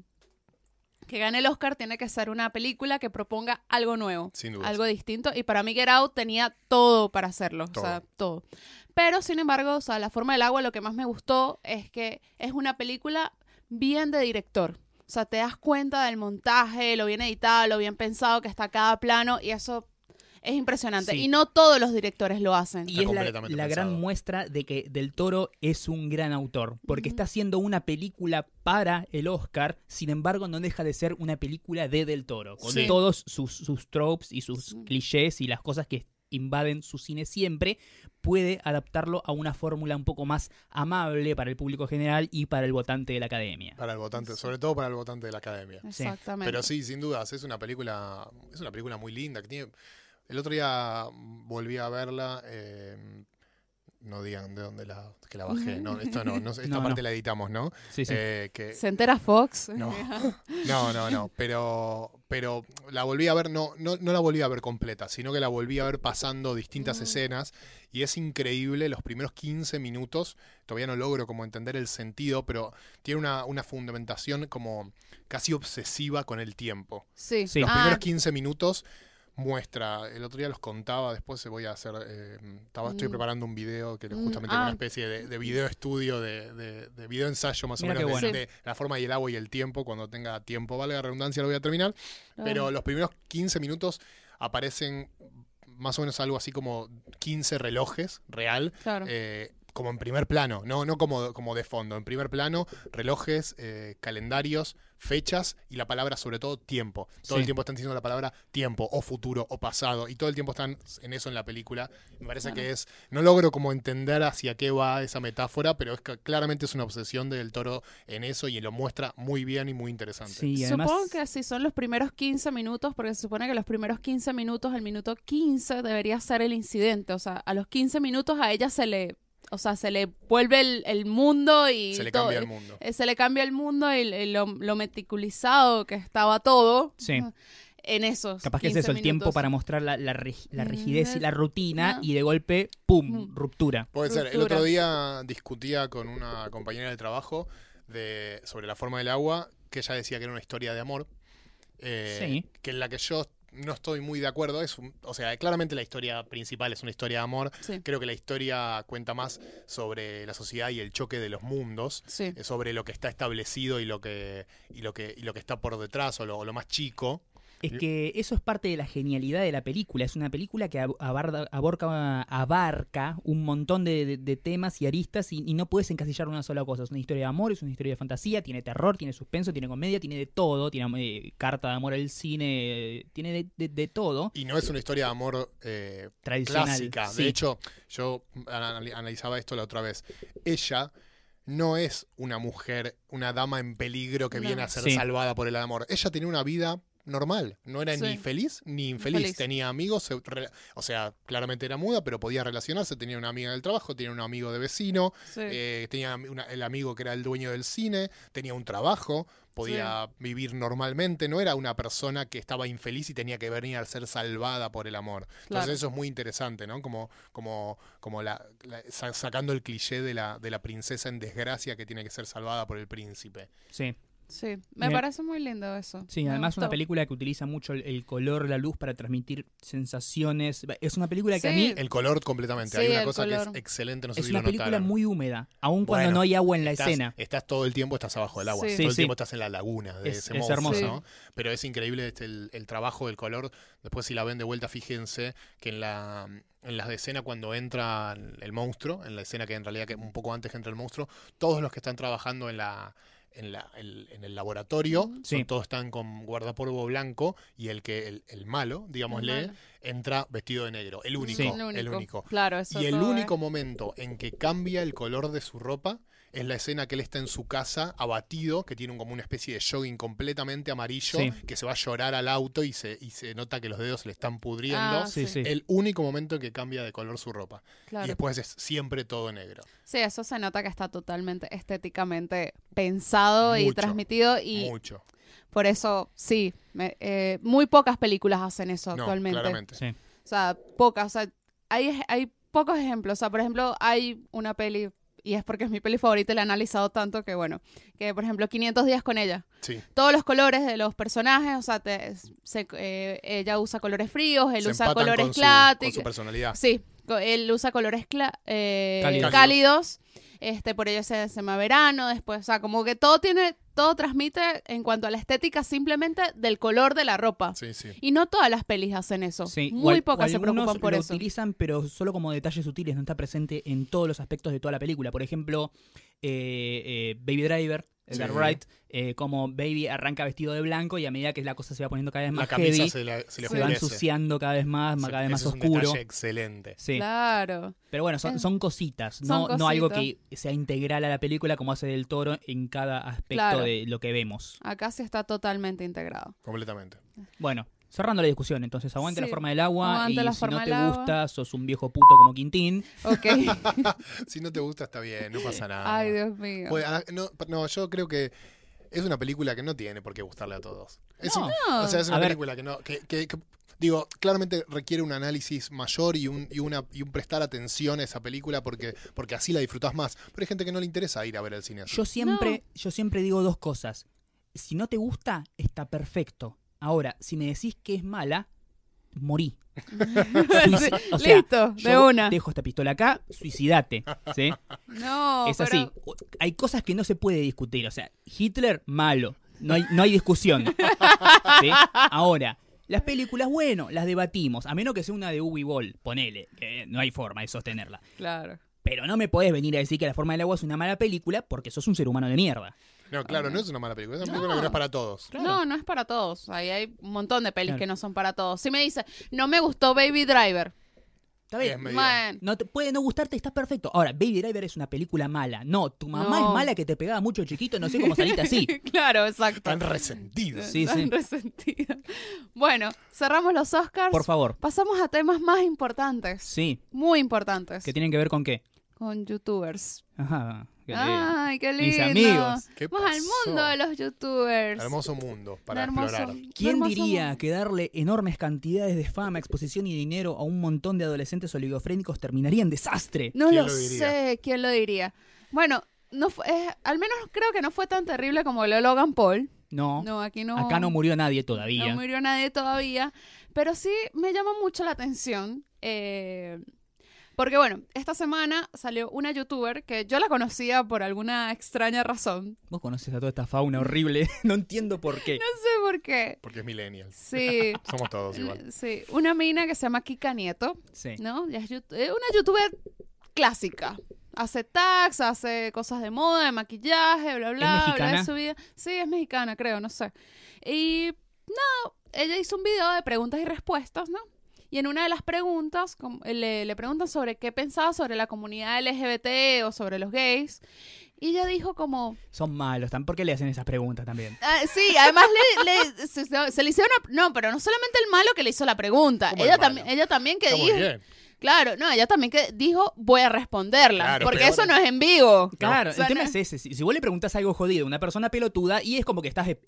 Speaker 2: que gane el Oscar tiene que ser una película que proponga algo nuevo.
Speaker 3: Sin duda.
Speaker 2: algo distinto. Y para mí Get Out tenía todo para hacerlo, o sea, todo. Pero sin embargo, o sea, La Forma del Agua lo que más me gustó es que es una película bien de director. O sea, te das cuenta del montaje, lo bien editado, lo bien pensado que está cada plano y eso es impresionante.
Speaker 1: Sí.
Speaker 2: Y no todos los directores lo hacen.
Speaker 1: Y
Speaker 3: Está
Speaker 1: es la,
Speaker 3: completamente
Speaker 1: la gran
Speaker 3: pensado.
Speaker 1: muestra de que Del Toro es un gran autor, porque está haciendo una película para el Oscar, sin embargo no deja de ser una película de Del Toro, con
Speaker 3: Sí.
Speaker 1: todos sus, sus tropes y sus
Speaker 2: Sí.
Speaker 1: clichés y las cosas que invaden su cine siempre, puede adaptarlo a una fórmula un poco más amable para el público general y para el votante de la academia.
Speaker 3: Para el votante,
Speaker 2: Sí.
Speaker 3: sobre todo para el votante de la academia.
Speaker 1: Sí.
Speaker 2: Exactamente.
Speaker 3: Pero sí, sin dudas, es una película, es una película muy linda que tiene. El otro día volví a verla. eh, no digan de dónde la, que la bajé. No, esto no, no esta
Speaker 1: No,
Speaker 3: parte
Speaker 1: no.
Speaker 3: la editamos, ¿no?
Speaker 1: Sí, sí.
Speaker 3: Eh, que,
Speaker 2: ¿Se entera Fox?
Speaker 3: No. No, no, no. Pero, pero la volví a ver, no, no, no la volví a ver completa, sino que la volví a ver pasando distintas
Speaker 2: Mm.
Speaker 3: escenas. Y es increíble, los primeros 15 minutos, todavía no logro como entender el sentido, pero tiene una, una fundamentación como casi obsesiva con el tiempo.
Speaker 2: Sí.
Speaker 1: Sí.
Speaker 3: Los
Speaker 2: Ah,
Speaker 3: primeros 15 minutos muestra, el otro día los contaba, después se voy a hacer, eh, estaba, estoy
Speaker 2: Mm.
Speaker 3: preparando un video que
Speaker 2: Mm,
Speaker 3: justamente es
Speaker 2: ah.
Speaker 3: una especie de, de video estudio, de, de- de video ensayo más
Speaker 1: Mira
Speaker 3: o
Speaker 1: qué
Speaker 3: menos, de-
Speaker 1: bueno.
Speaker 3: de la forma y el agua y el tiempo, cuando tenga tiempo, valga la redundancia, lo voy a terminar.
Speaker 2: claro.
Speaker 3: Pero los primeros 15 minutos aparecen más o menos algo así como 15 relojes real,
Speaker 2: Claro.
Speaker 3: eh, como en primer plano, no, no como, como de fondo, en primer plano, relojes, eh, calendarios, fechas y la palabra sobre todo tiempo. Todo
Speaker 1: Sí.
Speaker 3: el tiempo están diciendo la palabra tiempo o futuro o pasado y todo el tiempo están en eso en la película. Me parece que es, no logro como entender hacia qué va esa metáfora, pero es que claramente es una obsesión del toro en eso y lo muestra muy bien y muy interesante.
Speaker 1: Sí, y además-
Speaker 2: Supongo que si son los primeros 15 minutos, porque se supone que los primeros 15 minutos, el minuto 15 debería ser el incidente. O sea, a los 15 minutos a ella se le, o sea, se le vuelve el, el mundo y
Speaker 3: Se le
Speaker 2: todo-
Speaker 3: cambia el mundo.
Speaker 2: eh, se le cambia el mundo y, y lo, lo meticulizado que estaba todo Ah,
Speaker 1: Sí.
Speaker 2: en esos.
Speaker 1: Capaz que es
Speaker 2: 15
Speaker 1: eso, el tiempo
Speaker 2: minutos.
Speaker 1: para mostrar la, la rigi- la
Speaker 2: Mm,
Speaker 1: rigidez y la rutina
Speaker 2: no.
Speaker 1: y de golpe, ¡pum!,
Speaker 2: Mm.
Speaker 1: ruptura.
Speaker 3: Puede ser. El
Speaker 2: Ruptura.
Speaker 3: otro día discutía con una compañera del trabajo de, sobre la forma del agua, que ella decía que era una historia de amor. eh,
Speaker 1: Sí.
Speaker 3: Que en la que yo no estoy muy de acuerdo. Es un- o sea, claramente la historia principal es una historia de amor.
Speaker 2: Sí,
Speaker 3: Creo que la historia cuenta más sobre la sociedad y el choque de los mundos
Speaker 2: sí.
Speaker 3: eh, sobre lo que está establecido y lo que y lo que y lo que está por detrás o lo, o lo más chico
Speaker 1: Es
Speaker 3: Y-
Speaker 1: que eso es parte de la genialidad de la película. Es una película que ab- abarda- aborca- abarca un montón de, de- de temas y aristas y, y no puedes encasillar una sola cosa. Es una historia de amor, es una historia de fantasía, tiene terror, tiene suspenso, tiene comedia, tiene de todo. Tiene eh, carta de amor al cine, eh, tiene de, de- de todo.
Speaker 3: y no es una historia de amor eh,
Speaker 1: Tradicional.
Speaker 3: clásica.
Speaker 1: Sí.
Speaker 3: De hecho, yo ana- analizaba esto la otra vez. Ella no es una mujer, una dama en peligro que
Speaker 2: No.
Speaker 3: viene a ser
Speaker 1: Sí.
Speaker 3: salvada por el amor. Ella tenía una vida normal. No era
Speaker 2: Sí.
Speaker 3: ni feliz ni infeliz.
Speaker 2: Infeliz.
Speaker 3: Tenía amigos, se re- o sea, claramente era muda, pero podía relacionarse. Tenía una amiga del trabajo, tenía un amigo de vecino,
Speaker 2: Sí.
Speaker 3: eh, tenía una- el amigo que era el dueño del cine, tenía un trabajo, podía vivir normalmente. No era una persona que estaba infeliz y tenía que venir a ser salvada por el amor.
Speaker 2: Claro.
Speaker 3: Entonces eso es muy interesante, ¿no? Como, como, como la, la- sa- sacando el cliché de la, de la princesa en desgracia que tiene que ser salvada por el príncipe.
Speaker 1: Sí,
Speaker 2: sí. Me
Speaker 1: Me-
Speaker 2: parece muy lindo eso.
Speaker 1: sí
Speaker 2: Me
Speaker 1: además es una
Speaker 2: gustó.
Speaker 1: película que utiliza mucho el, el color, la luz para transmitir sensaciones. Es una película que a mí
Speaker 2: Sí.
Speaker 3: El color completamente.
Speaker 2: Sí,
Speaker 3: Hay una
Speaker 2: el
Speaker 3: cosa que
Speaker 2: color.
Speaker 3: es excelente, Eh, no sé
Speaker 1: es
Speaker 3: si lo
Speaker 1: una película
Speaker 3: notaron.
Speaker 1: muy húmeda, aun cuando
Speaker 3: Bueno,
Speaker 1: no hay agua en la
Speaker 3: estás,
Speaker 1: escena.
Speaker 3: Estás todo el tiempo, estás abajo del agua.
Speaker 2: Sí.
Speaker 3: Todo
Speaker 1: Sí,
Speaker 3: el
Speaker 1: sí.
Speaker 3: tiempo estás en la laguna de
Speaker 1: Es-
Speaker 3: ese
Speaker 1: es
Speaker 3: monstruo,
Speaker 1: hermoso.
Speaker 3: ¿no? Pero es increíble este, el, el trabajo del color. Después, si la ven de vuelta, fíjense que en la en la escena cuando entra el monstruo, en la escena que en realidad que un poco antes que entra el monstruo, todos los que están trabajando en la en, la, el- en el laboratorio,
Speaker 1: Mm, Sí.
Speaker 3: son- todos están con guardapolvo blanco y el que el, el malo, digámosle,
Speaker 2: malo.
Speaker 3: entra vestido de negro, el único,
Speaker 1: Sí.
Speaker 3: el único.
Speaker 2: Claro, eso
Speaker 3: Y el
Speaker 2: todo ¿eh?
Speaker 3: único momento en que cambia el color de su ropa es la escena que él está en su casa, abatido, que tiene un- como una especie de jogging completamente amarillo,
Speaker 1: Sí.
Speaker 3: que se va a llorar al auto y se, y se nota que los dedos se le están pudriendo.
Speaker 2: Ah,
Speaker 1: Sí, sí.
Speaker 3: El único momento en que cambia de color su ropa.
Speaker 2: es, claro.
Speaker 3: Y después es siempre todo negro.
Speaker 2: Sí, eso se nota que está totalmente estéticamente pensado y
Speaker 3: Mucho,
Speaker 2: transmitido y
Speaker 3: Mucho.
Speaker 2: por eso sí, me- eh, muy pocas películas hacen eso
Speaker 3: No,
Speaker 2: actualmente.
Speaker 3: claramente.
Speaker 1: Sí.
Speaker 2: O sea, pocas, o sea, hay, ej- hay pocos ejemplos. O sea, por ejemplo, hay una peli y es porque es mi peli favorita y la he analizado tanto que bueno, que por ejemplo 500 días con ella.
Speaker 3: Sí.
Speaker 2: Todos los colores de los personajes, o sea, te- se- eh, ella usa colores fríos, él
Speaker 3: Se
Speaker 2: usa
Speaker 3: empatan
Speaker 2: colores
Speaker 3: con su, con
Speaker 2: clásicos.
Speaker 3: su personalidad.
Speaker 2: Sí, co- él usa colores cla- eh,
Speaker 1: Ah. Cálidos.
Speaker 2: cálidos. Este, por ello se llama verano, después, o sea, como que todo tiene, todo transmite en cuanto a la estética simplemente del color de la ropa.
Speaker 3: Sí, sí.
Speaker 2: Y no todas las pelis hacen eso.
Speaker 1: Sí, o
Speaker 2: Muy
Speaker 1: al- o
Speaker 2: pocas se
Speaker 1: algunos
Speaker 2: preocupan por
Speaker 1: lo
Speaker 2: eso.
Speaker 1: utilizan, pero solo como detalles sutiles, no está presente en todos los aspectos de toda la película. Por ejemplo, eh, eh, Baby Driver, el
Speaker 3: Sí.
Speaker 1: Dark Ride, eh, como Baby arranca vestido de blanco y a medida que la cosa se va poniendo cada vez
Speaker 3: La
Speaker 1: más
Speaker 3: camisa
Speaker 1: heavy,
Speaker 3: se, la- se le
Speaker 1: se va
Speaker 3: oscurece.
Speaker 1: ensuciando cada vez más,
Speaker 3: Se-
Speaker 1: cada vez
Speaker 3: ese
Speaker 1: más
Speaker 3: es un
Speaker 1: oscuro.
Speaker 3: detalle excelente.
Speaker 1: Sí.
Speaker 2: Claro.
Speaker 1: Pero bueno, son,
Speaker 2: Eh,
Speaker 1: son cositas,
Speaker 2: son
Speaker 1: no, no algo que
Speaker 2: cositas.
Speaker 1: sea integral a la película como hace del toro en cada aspecto
Speaker 2: Claro.
Speaker 1: de lo que vemos.
Speaker 2: Acá sí está totalmente integrado.
Speaker 3: Completamente.
Speaker 1: Bueno, cerrando la discusión, entonces aguante la
Speaker 2: Sí,
Speaker 1: forma del agua
Speaker 2: aguante
Speaker 1: y
Speaker 2: la
Speaker 1: si
Speaker 2: forma
Speaker 1: no
Speaker 2: del
Speaker 1: te
Speaker 2: agua.
Speaker 1: gusta, sos un viejo puto como Quintín.
Speaker 2: Ok.
Speaker 3: Si no te gusta, está bien, no pasa nada.
Speaker 2: Ay, Dios mío.
Speaker 3: Pues, ah, no, pa- no, yo creo que es una película que no tiene por qué gustarle a todos. Es
Speaker 1: No.
Speaker 3: un- o sea, es una
Speaker 1: A ver.
Speaker 3: película que no. Que, que- que- digo, claramente requiere un análisis mayor y un, y una, y un prestar atención a esa película porque, porque así la disfrutás más. Pero hay gente que no le interesa ir a ver el cine así.
Speaker 1: Yo siempre, yo siempre digo dos cosas. Si no te gusta, está perfecto. Ahora, si me decís que es mala, morí.
Speaker 2: Sí,
Speaker 1: O sea,
Speaker 2: Listo, de
Speaker 1: Yo
Speaker 2: una.
Speaker 1: Dejo esta pistola acá, suicidate. ¿sí?
Speaker 2: No,
Speaker 1: es
Speaker 2: pero-
Speaker 1: así. O- Hay cosas que no se puede discutir. O sea, Hitler, malo. No hay, no hay discusión. ¿sí? Ahora, las películas, bueno, las debatimos. A menos que sea una de Uwe Ball, ponele. que no hay forma de sostenerla.
Speaker 2: Claro.
Speaker 1: Pero no me podés venir a decir que La Forma del Agua es una mala película porque sos un ser humano de mierda.
Speaker 3: No, claro, no es una mala película. Es
Speaker 2: No.
Speaker 3: una película que no es para todos.
Speaker 1: Claro.
Speaker 2: No, no es para todos. Ahí hay un montón de pelis
Speaker 1: Claro.
Speaker 2: que no son para todos. Si me dice, no me gustó Baby Driver.
Speaker 1: Está bien,
Speaker 3: Es
Speaker 2: eh,
Speaker 3: medio-
Speaker 2: Bueno,
Speaker 1: No te, puede no gustarte, está perfecto. Ahora, Baby Driver es una película mala. No, tu mamá
Speaker 2: No.
Speaker 1: es mala que te pegaba mucho chiquito, no sé cómo saliste así.
Speaker 2: claro, exacto.
Speaker 3: Están resentidos.
Speaker 1: Sí,
Speaker 2: Tan
Speaker 1: sí.
Speaker 2: resentido. Bueno, cerramos los Oscars.
Speaker 1: Por favor.
Speaker 2: Pasamos a temas más importantes.
Speaker 1: Sí,
Speaker 2: Muy importantes.
Speaker 1: que tienen que ver con qué.
Speaker 2: Con youtubers.
Speaker 1: Ajá. qué
Speaker 2: Ah,
Speaker 1: lindo.
Speaker 2: Ay, qué lindo.
Speaker 1: Mis amigos.
Speaker 3: ¿Qué
Speaker 2: Vamos al
Speaker 3: pasó?
Speaker 2: mundo de los youtubers.
Speaker 3: Hermoso mundo para
Speaker 2: Un hermoso-
Speaker 3: explorar.
Speaker 2: un
Speaker 1: ¿Quién
Speaker 2: hermoso
Speaker 1: diría
Speaker 2: mundo.
Speaker 1: que darle enormes cantidades de fama, exposición y dinero a un montón de adolescentes oligofrénicos terminaría en desastre?
Speaker 2: No
Speaker 3: ¿Quién
Speaker 2: lo,
Speaker 3: lo diría?
Speaker 2: sé, ¿quién lo diría? Bueno, no fue- eh, al menos creo que no fue tan terrible como lo de Logan Paul.
Speaker 1: No,
Speaker 2: No, aquí no.
Speaker 1: acá no murió nadie todavía.
Speaker 2: No murió nadie todavía. Pero sí me llama mucho la atención. eh, porque bueno, esta semana salió una youtuber que yo la conocía por alguna extraña razón.
Speaker 1: Vos conoces a toda esta fauna horrible, no entiendo por qué.
Speaker 2: No sé por qué.
Speaker 3: Porque es millennial.
Speaker 2: Sí.
Speaker 3: Somos
Speaker 2: Eh,
Speaker 3: todos igual.
Speaker 2: sí. Una mina que se llama Kika Nieto,
Speaker 1: Sí.
Speaker 2: ¿no? Ya es yout- eh, una youtuber clásica. Hace tags, hace cosas de moda, de maquillaje, bla, bla, bla,
Speaker 1: mexicana?
Speaker 2: de su vida. Sí, es mexicana, creo, no sé. Y nada, ella hizo un video de preguntas y respuestas, ¿no? Y en una de las preguntas com- le, le preguntan sobre qué pensaba sobre la comunidad LGBT o sobre los gays. Y ella dijo como...
Speaker 1: Son malos, tan- ¿por qué le hacen esas preguntas también?
Speaker 2: ah, sí, además le, le- se, se- se le hicieron... una- No, pero no solamente el malo que le hizo la pregunta.
Speaker 3: ¿Cómo el
Speaker 2: Ella,
Speaker 3: malo?
Speaker 2: también ella también que
Speaker 3: Está muy
Speaker 2: dijo...
Speaker 3: bien.
Speaker 2: Claro, no, ella también que dijo, voy a responderla.
Speaker 3: Claro,
Speaker 2: porque
Speaker 3: peor.
Speaker 2: eso no es en vivo.
Speaker 1: Claro,
Speaker 2: O sea,
Speaker 1: el tema
Speaker 2: no-
Speaker 1: es ese. Si, si vos le preguntás algo jodido a una persona pelotuda y es como que estás, eh,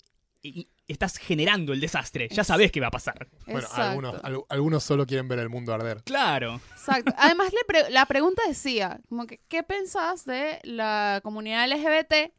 Speaker 1: y- y estás generando el desastre, ya sabés qué va a pasar.
Speaker 3: Bueno,
Speaker 2: Exacto.
Speaker 3: algunos, al- algunos solo quieren ver el mundo arder.
Speaker 1: Claro.
Speaker 2: Exacto. Además, le pre- la pregunta decía, como que, ¿qué pensás de la comunidad LGBT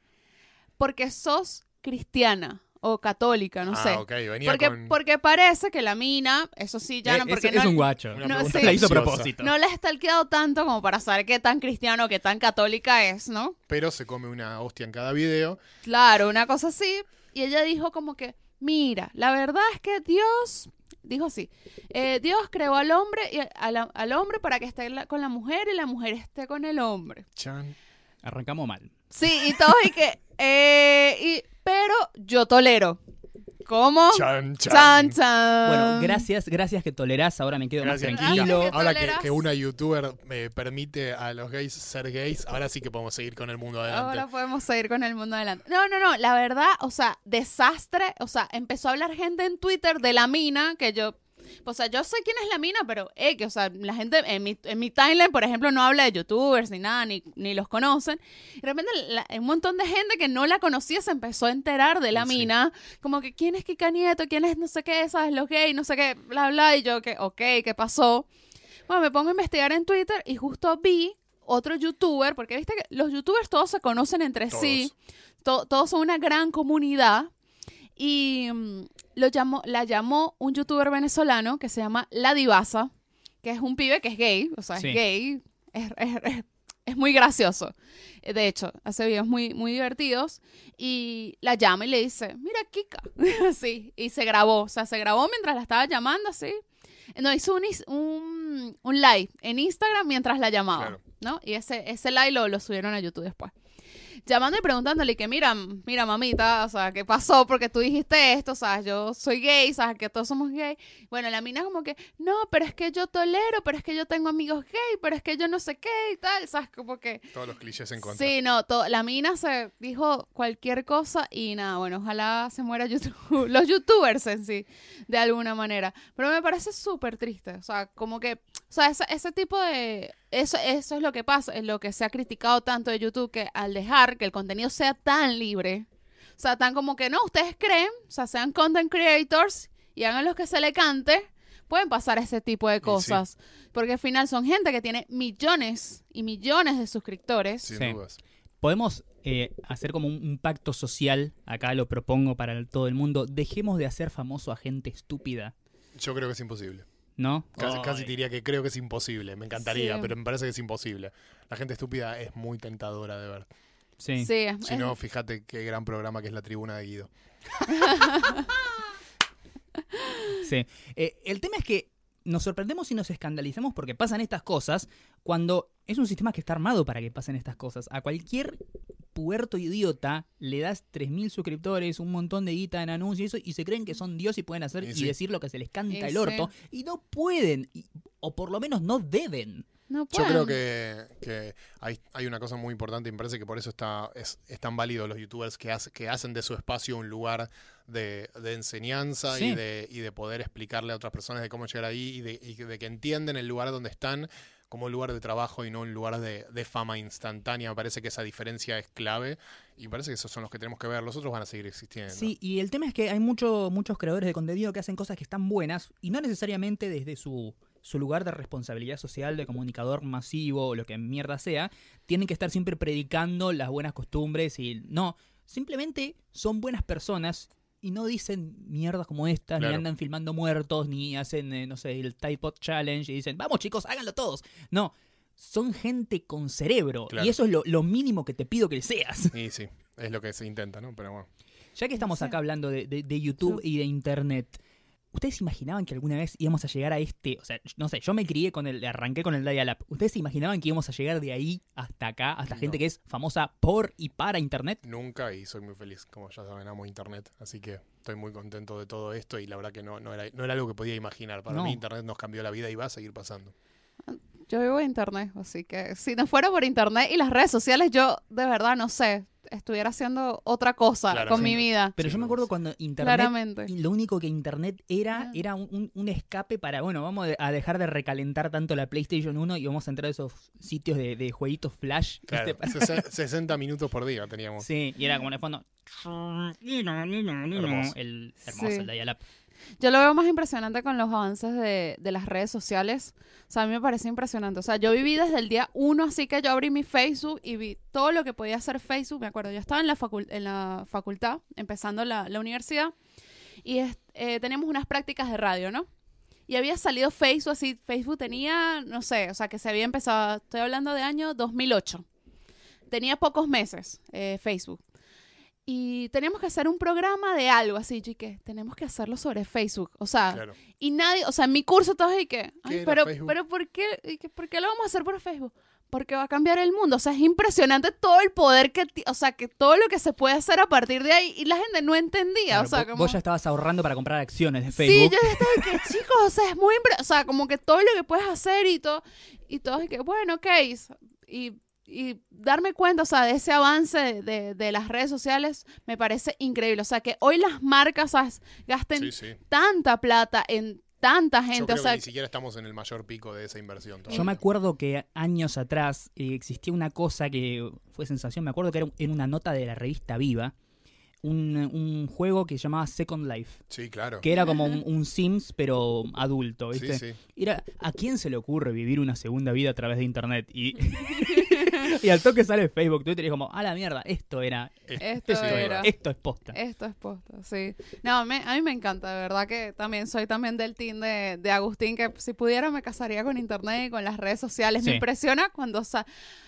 Speaker 2: porque sos cristiana o católica, no
Speaker 3: ah,
Speaker 2: sé?
Speaker 3: ok, venía
Speaker 2: Porque,
Speaker 3: con...
Speaker 2: porque parece que la mina, eso sí, ya
Speaker 1: Eh,
Speaker 2: no,
Speaker 1: es,
Speaker 2: porque
Speaker 1: es
Speaker 2: no,
Speaker 1: un guacho.
Speaker 3: Una
Speaker 2: no,
Speaker 3: pregunta
Speaker 2: sí.
Speaker 1: La hizo a
Speaker 3: capciosa.
Speaker 1: propósito.
Speaker 2: no la ha stalkeado tanto como para saber qué tan cristiano o qué tan católica es, ¿no?
Speaker 3: Pero se come una hostia en cada video.
Speaker 2: Claro, una cosa así. Y ella dijo como que, mira, la verdad es que Dios, dijo así, eh, Dios creó al hombre y a la- al hombre para que esté la- con la mujer y la mujer esté con el hombre.
Speaker 3: Chan.
Speaker 1: Arrancamos mal.
Speaker 2: Sí, y todos y que, eh, y, pero yo tolero. ¿Cómo?
Speaker 3: Chan, chan.
Speaker 2: Oh. Chan, chan.
Speaker 1: Bueno, gracias, gracias que tolerás. Ahora me quedo
Speaker 3: Gracias,
Speaker 1: más
Speaker 3: Kika.
Speaker 1: tranquilo.
Speaker 2: Ah. Gracias.
Speaker 3: Ahora que,
Speaker 2: Toleras.
Speaker 3: que una youtuber eh, permite a los gays ser gays, ahora sí que podemos seguir con el mundo adelante.
Speaker 2: Ahora podemos seguir con el mundo adelante. No, no, no, la verdad, o sea, desastre. O sea, empezó a hablar gente en Twitter de la mina, que yo, o sea, yo sé quién es la mina, pero, eh, que, o sea, la gente en mi, en mi timeline, por ejemplo, no habla de youtubers ni nada, ni, ni los conocen. Y de repente la- un montón de gente que no la conocía se empezó a enterar de la
Speaker 3: Sí.
Speaker 2: mina, como que, ¿quién es Kika Nieto? ¿Quién es no sé qué? ¿Sabes? Los gays, no sé qué, bla, bla. Y yo, que, ok, ¿qué pasó? Bueno, me pongo a investigar en Twitter y justo vi otro youtuber, porque viste que los youtubers todos se conocen entre
Speaker 3: Todos.
Speaker 2: sí, to- todos son una gran comunidad. Y mm, lo llamó, la llamó un youtuber venezolano que se llama La Divasa, que es un pibe que es gay, o sea,
Speaker 1: Sí.
Speaker 2: es gay, es, es- es- es muy gracioso. Eh, De hecho, hace videos muy, muy divertidos. Y la llama y le dice, mira, Kika, así. Y se grabó, o sea, se grabó mientras la estaba llamando, así. No, hizo un, is- un, un live en Instagram mientras la llamaba,
Speaker 3: Claro.
Speaker 2: ¿no? Y ese, ese live lo, lo subieron a YouTube después. Llamando y preguntándole que, mira, m- mira, mamita, o sea, ¿qué pasó? Porque tú dijiste esto, ¿sabes? Yo soy gay, ¿sabes? Que todos somos gay. Bueno, la mina como que, no, pero es que yo tolero, pero es que yo tengo amigos gay, pero es que yo no sé qué y tal, ¿sabes? Como que...
Speaker 3: Todos los clichés en contra.
Speaker 2: Sí, no, to- la mina se dijo cualquier cosa y nada, bueno, ojalá se muera YouTube, los youtubers en sí, de alguna manera. Pero me parece súper triste, o sea, como que, o sea, ese, ese tipo de, eso, eso es lo que pasa, es lo que se ha criticado tanto de YouTube, que al dejar que el contenido sea tan libre, o sea, tan como que no, ustedes creen, o sea, sean content creators y hagan lo que se le cante, pueden pasar ese tipo de cosas. Porque al final son gente que tiene millones y millones de suscriptores.
Speaker 3: Sin
Speaker 1: Sí.
Speaker 3: dudas.
Speaker 1: Podemos eh, hacer como un, un pacto social, acá lo propongo para el- todo el mundo. Dejemos de hacer famoso a gente estúpida,
Speaker 3: Yo creo que es imposible.
Speaker 1: ¿no?
Speaker 3: Casi,
Speaker 1: Ay.
Speaker 3: casi te diría que creo que es imposible. Me encantaría,
Speaker 2: Sí.
Speaker 3: pero me parece que es imposible. La gente estúpida es muy tentadora de ver.
Speaker 1: Sí.
Speaker 2: Sí, es-
Speaker 3: Si
Speaker 2: es-
Speaker 3: no, fíjate qué gran programa que es La Tribuna de Guido.
Speaker 1: sí. Eh, el tema es que nos sorprendemos y nos escandalizamos porque pasan estas cosas cuando es un sistema que está armado para que pasen estas cosas. A cualquier puerto idiota le das 3.000 suscriptores, un montón de guita en anuncios y eso, y se creen que son Dios y pueden hacer
Speaker 3: Y
Speaker 1: y,
Speaker 3: sí.
Speaker 1: decir lo que se les
Speaker 2: Y
Speaker 1: canta
Speaker 2: sí.
Speaker 1: el orto. Y no pueden, y- o por lo menos no deben.
Speaker 2: no
Speaker 3: Yo
Speaker 2: pueden.
Speaker 3: creo que, que hay, hay una cosa muy importante y me parece que por eso está, es, es tan válido los youtubers que, hace- que hacen de su espacio un lugar de, de enseñanza y,
Speaker 1: Sí.
Speaker 3: de, y de poder explicarle a otras personas de cómo llegar ahí y de, y de que entienden el lugar donde están como un lugar de trabajo y no un lugar de, de fama instantánea. Me parece que esa diferencia es clave y me parece que esos son los que tenemos que ver. Los otros van a seguir existiendo.
Speaker 1: Sí, y el tema es que hay mucho- muchos creadores de contenido que hacen cosas que están buenas y no necesariamente desde su, su lugar de responsabilidad social, de comunicador masivo o lo que mierda sea, tienen que estar siempre predicando las buenas costumbres y no, simplemente son buenas personas y no dicen mierdas como estas,
Speaker 3: Claro.
Speaker 1: ni andan filmando muertos, ni hacen, eh, no sé, el Tide Pod Challenge y dicen, vamos chicos, háganlo todos. No, son gente con cerebro
Speaker 3: Claro.
Speaker 1: y eso es lo, lo mínimo que te pido que seas.
Speaker 3: Y sí, es lo que se intenta, ¿no? Pero bueno.
Speaker 1: Ya que estamos
Speaker 2: Sí.
Speaker 1: acá hablando de, de- de YouTube y de Internet, ¿ustedes se imaginaban que alguna vez íbamos a llegar a este? O sea, no sé, yo me crié con el, arranqué con el Dial-Up. ¿Ustedes se imaginaban que íbamos a llegar de ahí hasta acá, hasta
Speaker 3: No.
Speaker 1: gente que es famosa por y para Internet?
Speaker 3: Nunca y soy muy feliz, como ya saben, amo internet, así que estoy muy contento de todo esto y la verdad que no, no, era, no era algo que podía imaginar. Para
Speaker 1: No.
Speaker 3: mí internet nos cambió la vida y va a seguir pasando.
Speaker 2: Yo vivo de internet, así que si no fuera por internet y las redes sociales, yo de verdad no sé, estuviera haciendo otra cosa con mi
Speaker 3: Claramente.
Speaker 2: vida.
Speaker 1: Pero
Speaker 3: Sí,
Speaker 1: yo me
Speaker 3: no
Speaker 1: acuerdo
Speaker 3: sé.
Speaker 1: cuando internet
Speaker 2: Claramente.
Speaker 1: Y lo único que internet era,
Speaker 2: Ah.
Speaker 1: era un, un- un escape para, bueno, vamos de- a dejar de recalentar tanto la PlayStation 1 y vamos a entrar a esos sitios de, de jueguitos flash.
Speaker 2: Este
Speaker 3: Claro,
Speaker 1: ¿viste?
Speaker 3: sesen- 60 minutos por día teníamos.
Speaker 1: Sí, y era como en el fondo.
Speaker 3: Hermoso.
Speaker 1: El, hermoso,
Speaker 2: Sí.
Speaker 1: el dial-up.
Speaker 2: Yo lo veo más impresionante con los avances de, de las redes sociales. O sea, a mí me parece impresionante. O sea, yo viví desde el día uno, así que yo abrí mi Facebook y vi todo lo que podía hacer Facebook. Me acuerdo, yo estaba en la, facul- en la facultad, empezando la, la universidad, y es- eh, teníamos unas prácticas de radio, ¿no? Y había salido Facebook, así, Facebook tenía, no sé, o sea, que se había empezado, estoy hablando de año 2008. Tenía pocos meses eh, Facebook. Y teníamos que hacer un programa de algo así, yo y que tenemos que hacerlo sobre Facebook. O sea,
Speaker 3: Ah, Claro.
Speaker 2: y nadie, o sea, en mi curso todos y que, ay,
Speaker 3: ¿Qué era
Speaker 2: pero,
Speaker 3: Facebook?
Speaker 2: pero ¿por qué, y que, ¿por qué lo vamos a hacer por Facebook? Porque va a cambiar el mundo. O sea, es impresionante todo el poder que, ti- o sea, que todo lo que se puede hacer a partir de ahí. Y la gente no entendía,
Speaker 1: Claro,
Speaker 2: o sea,
Speaker 1: vos-
Speaker 2: como...
Speaker 1: Vos ya estabas ahorrando para comprar acciones de
Speaker 2: Sí,
Speaker 1: Facebook.
Speaker 2: yo estaba de que, chicos, o sea, es muy... impre- O sea, como que todo lo que puedes hacer y todo... Y todo es que, bueno, ok. Y, y darme cuenta, o sea, de ese avance de, de- de las redes sociales me parece increíble. O sea, que hoy las marcas, ¿sabes? gasten
Speaker 3: Sí, sí.
Speaker 2: tanta plata en tanta
Speaker 3: Yo
Speaker 2: gente.
Speaker 3: creo
Speaker 2: O sea,
Speaker 3: que ni siquiera estamos en el mayor pico de esa inversión.
Speaker 1: Yo me acuerdo que años atrás eh, existía una cosa que fue sensación. Me acuerdo que era un- en una nota de la revista Viva, un, un juego que se llamaba Second Life,
Speaker 3: Sí, claro.
Speaker 1: que era como un, un Sims, pero adulto, ¿viste?
Speaker 3: Sí, sí.
Speaker 1: Era, ¿a quién se le ocurre vivir una segunda vida a través de internet? Y, y al toque sale Facebook, Twitter y es como, a la mierda, esto era,
Speaker 2: Esto
Speaker 3: Sí,
Speaker 2: era.
Speaker 1: esto es posta.
Speaker 2: Esto es posta, sí. No, me- a mí me encanta, de verdad que también soy también del team de, de Agustín, que si pudiera me casaría con internet y con las redes sociales.
Speaker 1: Sí.
Speaker 2: Me impresiona cuando, sa-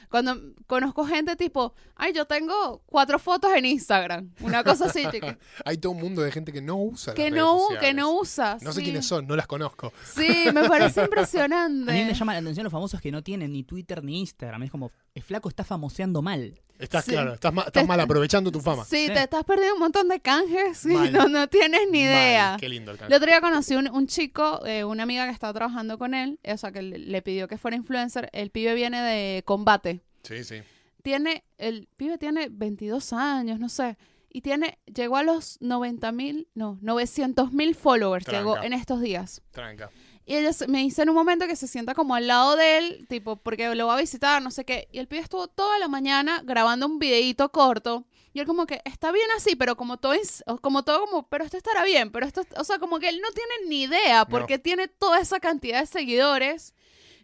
Speaker 2: cuando conozco gente tipo, ay, yo tengo cuatro fotos en Instagram. Una cosa así, chica.
Speaker 3: Hay todo un mundo de gente que no usa.
Speaker 2: que,
Speaker 3: las
Speaker 2: no,
Speaker 3: redes
Speaker 2: u- que
Speaker 3: sociales.
Speaker 2: no usas.
Speaker 3: No sé
Speaker 2: sí.
Speaker 3: quiénes son, no las conozco.
Speaker 2: Sí, me parece
Speaker 1: A mí me
Speaker 2: impresionante.
Speaker 1: llama la atención los famosos que no tienen ni Twitter ni Instagram. Es como, el flaco está famoseando mal.
Speaker 3: Estás
Speaker 2: Sí.
Speaker 3: claro, estás, ma- estás mal aprovechando tu fama.
Speaker 2: Sí,
Speaker 1: Sí.
Speaker 2: te estás perdiendo un montón de canjes y
Speaker 3: Mal.
Speaker 2: no, no tienes ni
Speaker 3: Mal,
Speaker 2: idea.
Speaker 3: Qué lindo el
Speaker 2: El
Speaker 3: canal.
Speaker 2: otro día conocí un, un chico, eh, una amiga que estaba trabajando con él, o sea, que le, le pidió que fuera influencer. El pibe viene de combate.
Speaker 3: Sí, sí.
Speaker 2: Tiene, el pibe tiene 22 años, no sé. Y tiene, llegó a los 90 mil, no, 900 mil followers,
Speaker 3: Tranca.
Speaker 2: llegó en estos días.
Speaker 3: Tranca.
Speaker 2: Y ella se- me dice en un momento que se sienta como al lado de él, tipo, porque lo va a visitar, no sé qué. Y el pibe estuvo toda la mañana grabando un videíto corto. Y él como que, está bien así, pero como todo, ins- o como todo como, pero esto estará bien, pero esto, o sea, como que él no tiene ni idea porque tiene toda esa cantidad de seguidores.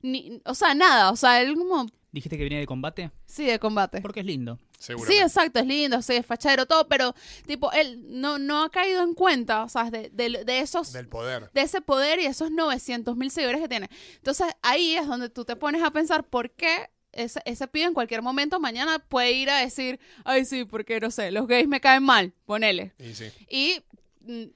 Speaker 2: Ni, o sea, nada, o sea, él como,
Speaker 1: Dijiste que venía de combate,
Speaker 2: sí, de combate.
Speaker 1: porque es lindo.
Speaker 3: Seguro.
Speaker 2: Sí, exacto, es lindo, sí, es fachero, todo, pero tipo, él no, no ha caído en cuenta, o sea, de, de, de esos
Speaker 3: Del poder.
Speaker 2: de ese poder y esos 900 mil seguidores que tiene. Entonces ahí es donde tú te pones a pensar por qué ese, ese pibe en cualquier momento mañana puede ir a decir, ay sí, porque no sé, los gays me caen mal, ponele.
Speaker 3: Y sí.
Speaker 2: Y mm,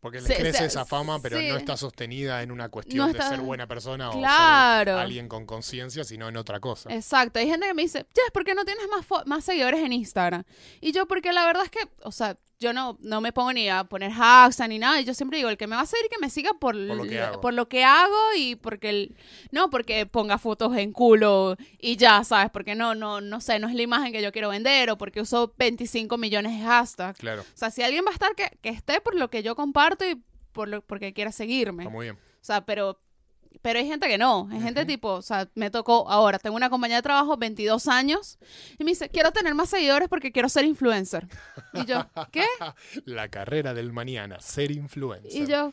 Speaker 3: Porque
Speaker 2: Sí,
Speaker 3: le crece
Speaker 2: o sea,
Speaker 3: esa fama, pero
Speaker 2: sí.
Speaker 3: no está sostenida en una cuestión
Speaker 2: No
Speaker 3: de
Speaker 2: está-
Speaker 3: ser buena persona o
Speaker 2: Claro.
Speaker 3: ser alguien con conciencia, sino en otra cosa.
Speaker 2: exacto, hay gente que me dice, Jess, ¿por qué no tienes más, fo- más seguidores en Instagram? Y yo, porque la verdad es que, o sea, yo no, no me pongo ni a poner hashtags ni nada, y yo siempre digo, el que me va a seguir que me siga por,
Speaker 3: lo que
Speaker 2: l-
Speaker 3: hago.
Speaker 2: por lo que hago y porque el, no porque ponga fotos en culo y ya, ¿sabes? Porque no, no, no sé, no es la imagen que yo quiero vender o porque uso 25 millones de hashtags.
Speaker 3: Claro.
Speaker 2: O sea, si alguien va a estar que, que esté por lo que yo comparto y por lo, porque quiera seguirme.
Speaker 3: Está muy bien.
Speaker 2: O sea, pero, pero hay gente que no. Hay gente tipo, o sea, me tocó ahora. Tengo una compañía de trabajo, 22 años, y me dice, quiero tener más seguidores porque quiero ser influencer. Y yo, ¿qué?
Speaker 3: La carrera del mañana, ser influencer.
Speaker 2: Y yo,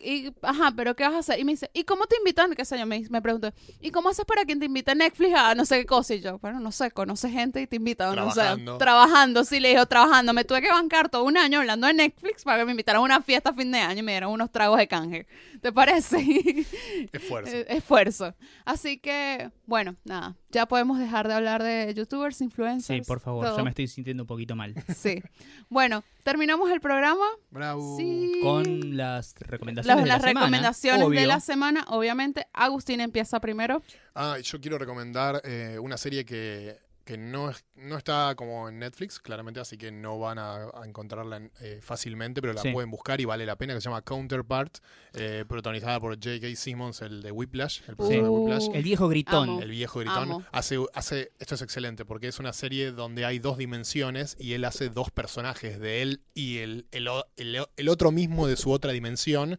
Speaker 2: y, ajá, pero ¿qué vas a hacer? Y me dice, ¿y cómo te invitan? ¿Qué sé yo? Me, me preguntó, ¿y cómo haces para que te invite Netflix a no sé qué cosa? Y yo, bueno, no sé, conoce gente y te invita, o no sé,
Speaker 3: Trabajando.
Speaker 2: trabajando, sí, le digo, trabajando. Me tuve que bancar todo un año hablando de Netflix para que me invitaran a una fiesta a fin de año y me dieron unos tragos de canje. ¿Te parece?
Speaker 3: Esfuerzo.
Speaker 2: Eh, esfuerzo. Así que, bueno, nada, ya podemos dejar de hablar de youtubers,
Speaker 1: Sí,
Speaker 2: influencers.
Speaker 1: por favor,
Speaker 2: todo.
Speaker 1: ya me estoy sintiendo un poquito mal.
Speaker 2: Sí. Bueno, terminamos el programa.
Speaker 3: Bravo.
Speaker 2: Sí.
Speaker 1: Uh, Con las
Speaker 2: las,
Speaker 1: recomendaciones de la
Speaker 2: las
Speaker 1: semana,
Speaker 2: recomendaciones
Speaker 1: obvio.
Speaker 2: de la semana, obviamente, Agustín empieza primero.
Speaker 3: Ah, yo quiero recomendar eh, una serie que que no, es- no está como en Netflix, claramente, así que no van a, a encontrarla en- eh, fácilmente, pero la
Speaker 1: Sí.
Speaker 3: pueden buscar y vale la pena, que se llama Counterpart, eh, protagonizada por J.K. Simmons, el de Whiplash, el profesor de
Speaker 2: Uh.
Speaker 3: Whiplash.
Speaker 1: El viejo gritón.
Speaker 2: Amo.
Speaker 3: El viejo gritón
Speaker 2: Amo.
Speaker 3: hace, hace. Esto es excelente, porque es una serie donde hay dos dimensiones y él hace dos personajes de él y el, el, o- el o- el otro mismo de su otra dimensión.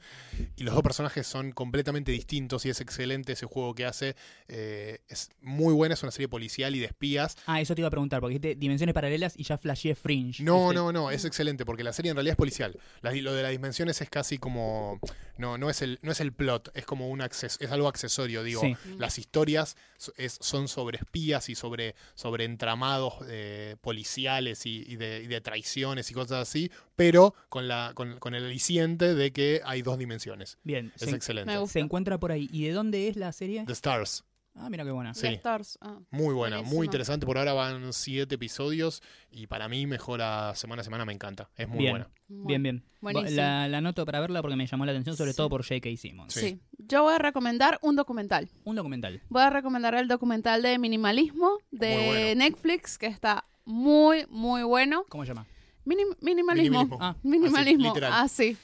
Speaker 3: Y los dos personajes son completamente distintos y es excelente ese juego que hace. Eh, es muy buena, es una serie policial y de espías.
Speaker 1: Ah, eso te iba a preguntar, porque dijiste dimensiones paralelas y ya flasheé Fringe.
Speaker 3: No,
Speaker 1: Este,
Speaker 3: no, no, es excelente, porque la serie en realidad es policial. La- lo de las dimensiones es casi como. No, no es el, no es el plot, es como un acces- es algo accesorio, digo.
Speaker 1: Sí.
Speaker 2: Mm.
Speaker 3: Las historias so- es- son sobre espías y sobre, sobre entramados eh, policiales y, y de, y de traiciones y cosas así, pero con la, con, con el aliciente de que hay dos dimensiones.
Speaker 1: Bien,
Speaker 3: Es
Speaker 1: se,
Speaker 3: excelente.
Speaker 2: me gusta.
Speaker 1: se encuentra por ahí. ¿Y de dónde es la serie?
Speaker 3: The Stars.
Speaker 1: Ah, mira qué buena.
Speaker 3: Sí.
Speaker 2: The Stars, ah.
Speaker 3: Muy buena, muy
Speaker 2: Buenísima.
Speaker 3: interesante. Por ahora van siete episodios y para mí mejora semana a semana, me encanta. Es muy
Speaker 1: Bien.
Speaker 3: buena.
Speaker 1: Bien, bien.
Speaker 2: Buenísimo.
Speaker 1: La, la anoto para verla porque me llamó la atención, sobre
Speaker 2: Sí.
Speaker 1: todo por J.K. Simmons.
Speaker 3: Sí.
Speaker 2: Sí. Yo voy a recomendar un documental.
Speaker 1: Un documental.
Speaker 2: Voy a recomendar el documental de minimalismo de
Speaker 3: Muy bueno.
Speaker 2: Netflix, que está muy, muy bueno.
Speaker 1: ¿Cómo se llama?
Speaker 2: Minim- minimalismo.
Speaker 1: Ah,
Speaker 2: Minimalismo.
Speaker 3: Así, literal.
Speaker 2: Así.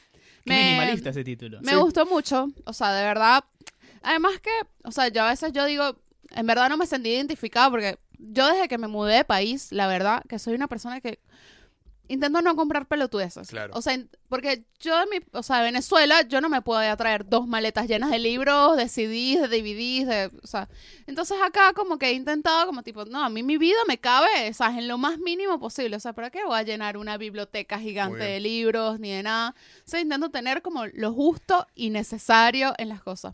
Speaker 1: Qué minimalista ese título.
Speaker 2: Me
Speaker 3: Sí.
Speaker 2: gustó mucho, o sea, de verdad. Además que, o sea, yo a veces yo digo, en verdad no me sentí identificada porque yo desde que me mudé de país, la verdad, que soy una persona que intento no comprar pelotudeces.
Speaker 3: Claro.
Speaker 2: O sea, in- porque yo de mi, o sea, de Venezuela, yo no me podía traer dos maletas llenas de libros, de CDs, de DVDs, de, o sea, entonces acá como que he intentado como tipo, no, a mí mi vida me cabe, o sea, en lo más mínimo posible, o sea, ¿para qué voy a llenar una biblioteca gigante
Speaker 3: bien.
Speaker 2: de libros ni de nada? O sea, intento tener como lo justo y necesario en las cosas.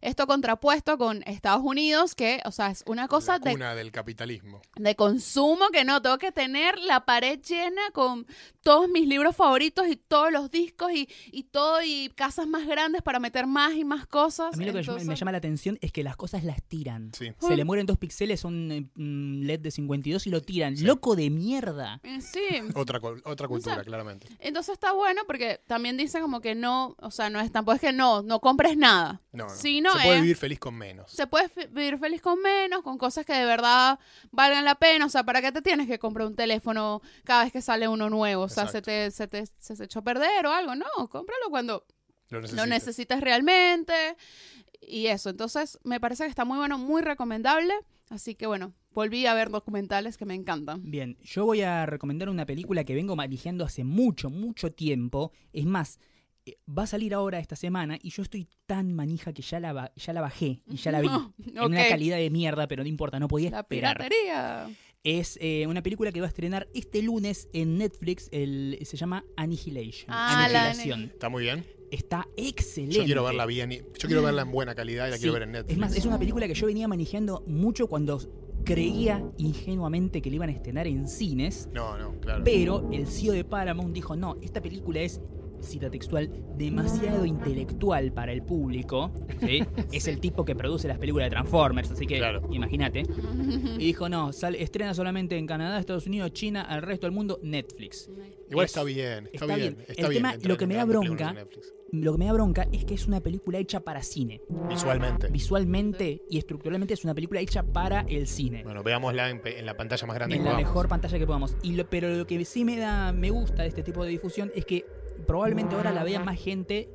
Speaker 2: Esto contrapuesto con Estados Unidos, que, o sea, es una cosa
Speaker 3: la
Speaker 2: de,
Speaker 3: cuna del capitalismo.
Speaker 2: de consumo que no, tengo que tener la pared llena con todos mis libros favoritos y todos los discos y, y todo y casas más grandes para meter más y más cosas.
Speaker 1: A mí lo que
Speaker 2: Entonces,
Speaker 1: me llama la atención es que las cosas las tiran.
Speaker 3: Sí.
Speaker 1: Se le mueren dos píxeles a un eh, mm, LED de 52 y lo tiran.
Speaker 3: Sí.
Speaker 1: ¡Loco de mierda!
Speaker 2: eh, Sí,
Speaker 3: Otra, cul- otra cultura,
Speaker 2: sea,
Speaker 3: claramente.
Speaker 2: Entonces está bueno porque también dice como que no, o sea, no es tampoco es que no, no compres nada.
Speaker 3: No, no.
Speaker 2: si no
Speaker 3: Se puede
Speaker 2: es-
Speaker 3: vivir feliz con menos.
Speaker 2: Se puede fe- vivir feliz con menos, con cosas que de verdad valgan la pena. O sea, ¿para qué te tienes que comprar un teléfono cada vez que sale uno nuevo? O sea, se
Speaker 3: Exacto.
Speaker 2: te, se te se te echó a perder o algo. No, cómpralo cuando
Speaker 3: Lo
Speaker 2: lo
Speaker 3: necesitas.
Speaker 2: necesitas realmente. Y eso, entonces me parece que está muy bueno, muy recomendable. Así que bueno, volví a ver documentales que me encantan.
Speaker 1: Bien, yo voy a recomendar una película que vengo manejando hace mucho, mucho tiempo. Es más, eh, va a salir ahora esta semana y yo estoy tan manija que ya la, ba- ya la bajé y ya la vi. En una
Speaker 2: Ok.
Speaker 1: calidad de mierda, pero no importa, no podía
Speaker 2: La
Speaker 1: esperar.
Speaker 2: piratería.
Speaker 1: Es eh, una película que va a estrenar este lunes en Netflix. el- se llama Annihilation.
Speaker 2: Ah,
Speaker 3: la de-
Speaker 1: Aniquilación.
Speaker 3: Está muy bien.
Speaker 1: Está excelente.
Speaker 3: Yo quiero verla bien. y- Yo quiero verla en buena calidad y la
Speaker 1: Sí.
Speaker 3: quiero ver en Netflix.
Speaker 1: Es más, es una película que yo venía manejando mucho cuando creía ingenuamente que la iban a estrenar en cines,
Speaker 3: No, no, claro.
Speaker 1: pero el CEO de Paramount dijo, no, esta película es, cita textual, demasiado intelectual para el público. ¿sí? es el tipo que produce las películas de Transformers, así que
Speaker 3: Claro.
Speaker 1: imagínate. Y dijo, no, sal- estrena solamente en Canadá, Estados Unidos, China, al resto del mundo, Netflix.
Speaker 3: Igual
Speaker 1: es-
Speaker 3: está bien. Está,
Speaker 1: está
Speaker 3: bien.
Speaker 1: bien.
Speaker 3: Está
Speaker 1: El
Speaker 3: bien.
Speaker 1: tema-
Speaker 3: entre-
Speaker 1: lo que me da
Speaker 3: entre películas
Speaker 1: bronca-
Speaker 3: de Netflix.
Speaker 1: Lo que me da bronca es que es una película hecha para cine.
Speaker 3: Visualmente.
Speaker 1: Visualmente y estructuralmente es una película hecha para el cine.
Speaker 3: Bueno, veámosla en, pe- en la pantalla más grande
Speaker 1: en
Speaker 3: que
Speaker 1: la
Speaker 3: podamos.
Speaker 1: mejor pantalla que podamos. Y lo- pero lo que sí me da, me gusta de este tipo de difusión es que probablemente ahora la vea más gente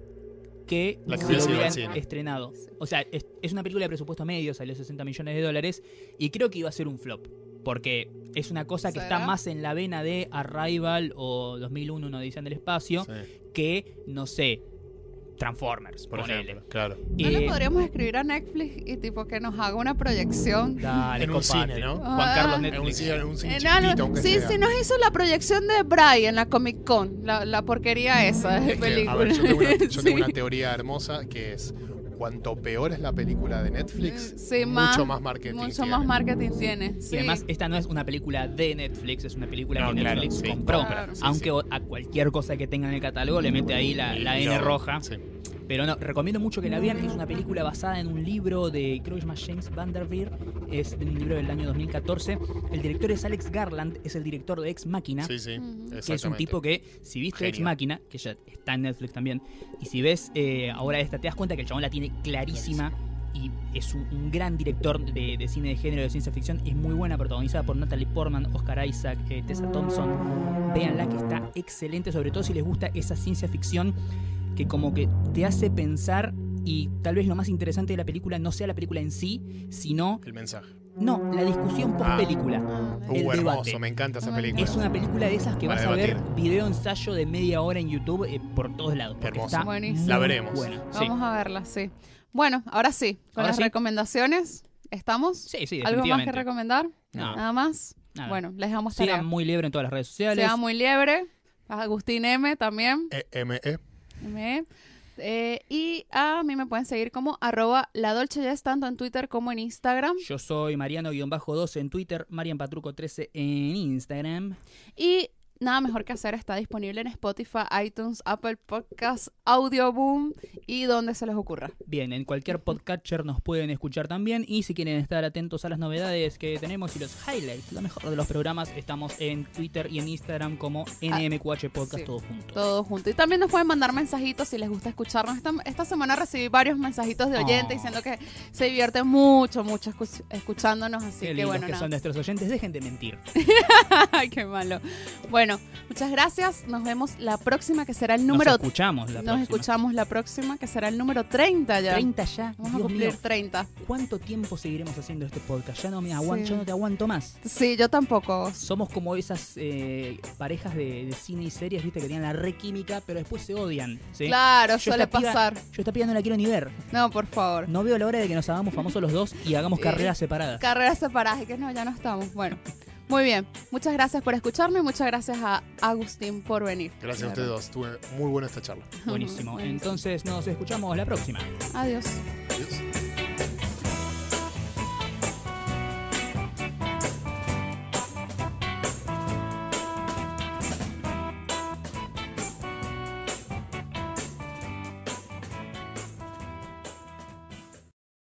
Speaker 1: que
Speaker 3: La que
Speaker 1: si
Speaker 3: hubiera
Speaker 1: lo
Speaker 3: sido al
Speaker 1: hubieran
Speaker 3: cine.
Speaker 1: estrenado. O sea, es, es una película de presupuesto medio, salió 60 millones de dólares y creo que iba a ser un flop. Porque es una cosa que está
Speaker 2: ¿Será?
Speaker 1: más en la vena de Arrival o 2001, no dicen del espacio,
Speaker 3: Sí,
Speaker 1: que, no sé, Transformers,
Speaker 3: por
Speaker 1: ponele.
Speaker 3: ejemplo. Claro.
Speaker 2: ¿No le
Speaker 1: Eh,
Speaker 2: podríamos escribir a Netflix y tipo que nos haga una proyección?
Speaker 1: dale,
Speaker 3: En un
Speaker 1: compadre.
Speaker 3: cine, ¿no?
Speaker 1: Juan Carlos
Speaker 2: Ah.
Speaker 3: En un
Speaker 1: Netflix.
Speaker 3: cine, en un cine
Speaker 2: En
Speaker 3: chiquitito,
Speaker 2: algo.
Speaker 3: aunque
Speaker 2: Sí,
Speaker 3: sea.
Speaker 2: sí nos hizo la proyección de Brian en la Comic Con, la, la porquería esa de
Speaker 3: Mm, Es que,
Speaker 2: película.
Speaker 3: a ver, yo tengo, una, yo tengo
Speaker 2: Sí.
Speaker 3: una teoría hermosa que es cuanto peor es la película de
Speaker 1: Mm,
Speaker 3: Netflix,
Speaker 2: Sí,
Speaker 3: mucho
Speaker 2: más-
Speaker 3: más marketing.
Speaker 2: Mucho
Speaker 3: tiene.
Speaker 2: más marketing tiene.
Speaker 1: Y
Speaker 2: sí.
Speaker 1: además, esta no es una película de Netflix, es una película
Speaker 3: No,
Speaker 1: que
Speaker 3: claro,
Speaker 1: Netflix
Speaker 3: sí, Ah,
Speaker 1: compró.
Speaker 2: compra, sí,
Speaker 1: aunque o- a cualquier cosa que tenga en el catálogo le mete ahí la, la
Speaker 3: Y
Speaker 1: N
Speaker 3: lo-
Speaker 1: roja.
Speaker 3: sí.
Speaker 1: Pero no, recomiendo mucho que la vean. Es una película basada en un libro de, creo que se llama James Vanderveer. Es de un libro del año 2014. El director es Alex Garland, es el director de Ex Máquina.
Speaker 3: Sí, sí,
Speaker 2: Ujú. Que
Speaker 1: Que es un
Speaker 3: exactamente.
Speaker 1: tipo que, si viste Ex
Speaker 3: Genio.
Speaker 1: Máquina, que ya está en Netflix también, y si ves eh, ahora esta, te das cuenta que el chabón la tiene clarísima y es un, un gran director de, de cine de género de ciencia ficción. Es muy buena, protagonizada por Natalie Portman, Oscar Isaac, eh, Tessa Thompson. Véanla que está excelente, sobre todo si les gusta esa ciencia ficción que como que te hace pensar y tal vez lo más interesante de la película no sea la película en sí, sino
Speaker 3: El mensaje.
Speaker 1: no, la discusión post película.
Speaker 2: Ah,
Speaker 3: Uh,
Speaker 2: eh,
Speaker 1: El debate.
Speaker 3: hermoso, me encanta esa
Speaker 2: Ay,
Speaker 3: película.
Speaker 1: Es una película de esas que
Speaker 3: Para
Speaker 1: vas a ver
Speaker 3: debatir.
Speaker 1: video ensayo de media hora en YouTube eh, por todos lados. Porque
Speaker 3: Hermosa.
Speaker 1: está
Speaker 2: Buenísimo.
Speaker 3: La
Speaker 1: muy
Speaker 3: veremos.
Speaker 1: buena. Sí.
Speaker 2: Vamos a verla, sí. Bueno, ahora sí, con
Speaker 1: Ahora
Speaker 2: las
Speaker 1: sí.
Speaker 2: recomendaciones, ¿estamos?
Speaker 1: Sí, sí,
Speaker 2: ¿Algo más que
Speaker 1: definitivamente.
Speaker 2: recomendar?
Speaker 1: No,
Speaker 2: Nada más.
Speaker 1: nada.
Speaker 2: Bueno, les damos tarea.
Speaker 1: sigan muy libre en todas las redes sociales.
Speaker 2: Sea muy liebre. Agustín M también.
Speaker 3: E- M- E.
Speaker 2: Me. Eh, y a mí me pueden seguir como arroba la Dolce Jazz tanto en Twitter como en Instagram.
Speaker 1: Yo soy Mariano-12 en Twitter, MarianPatruco13 en Instagram.
Speaker 2: Y nada mejor que hacer está disponible en Spotify, iTunes, Apple Podcasts, Audio Boom y donde se les ocurra.
Speaker 1: Bien, en cualquier podcatcher nos pueden escuchar también. Y si quieren estar atentos a las novedades que tenemos y los highlights, lo mejor de los programas, estamos en Twitter y en Instagram como NMQH Podcast,
Speaker 2: Ah, sí.
Speaker 1: todo junto.
Speaker 2: Todo junto. Y también nos pueden mandar mensajitos si les gusta escucharnos. Esta, esta semana recibí varios mensajitos de oyentes
Speaker 1: Oh.
Speaker 2: diciendo que se divierten mucho, mucho escu- escuchándonos. Así
Speaker 1: Qué
Speaker 2: que
Speaker 1: lindos
Speaker 2: bueno,
Speaker 1: que
Speaker 2: nada.
Speaker 1: son nuestros oyentes, dejen de mentir.
Speaker 2: Ay, qué malo. Bueno, muchas gracias. Nos vemos la próxima, que será el
Speaker 1: Nos
Speaker 2: número
Speaker 1: escuchamos la
Speaker 2: Nos
Speaker 1: próxima.
Speaker 2: escuchamos la próxima, que será el número 30 ya.
Speaker 1: 30 ya.
Speaker 2: Vamos a
Speaker 1: Dios
Speaker 2: cumplir
Speaker 1: mío,
Speaker 2: 30.
Speaker 1: ¿cuánto tiempo seguiremos haciendo este podcast? Ya no me aguanto,
Speaker 2: Sí.
Speaker 1: yo no te aguanto más.
Speaker 2: Sí, yo tampoco.
Speaker 1: Somos como esas eh, parejas de, de cine y series, viste, que tienen la re química, pero después se odian. ¿sí?
Speaker 2: Claro,
Speaker 1: Yo
Speaker 2: suele
Speaker 1: esta piba-
Speaker 2: pasar.
Speaker 1: Yo esta piba no la quiero ni ver.
Speaker 2: No, por favor.
Speaker 1: No veo la hora de que nos hagamos famosos los dos y hagamos
Speaker 2: Sí.
Speaker 1: carreras separadas.
Speaker 2: Carreras separadas, y que no, ya no estamos. Bueno, muy bien. Muchas gracias por escucharme y muchas gracias a Agustín por venir.
Speaker 3: Gracias a ustedes dos. Estuve muy buena esta charla.
Speaker 1: Buenísimo. Entonces nos escuchamos la próxima.
Speaker 2: Adiós.
Speaker 3: Adiós.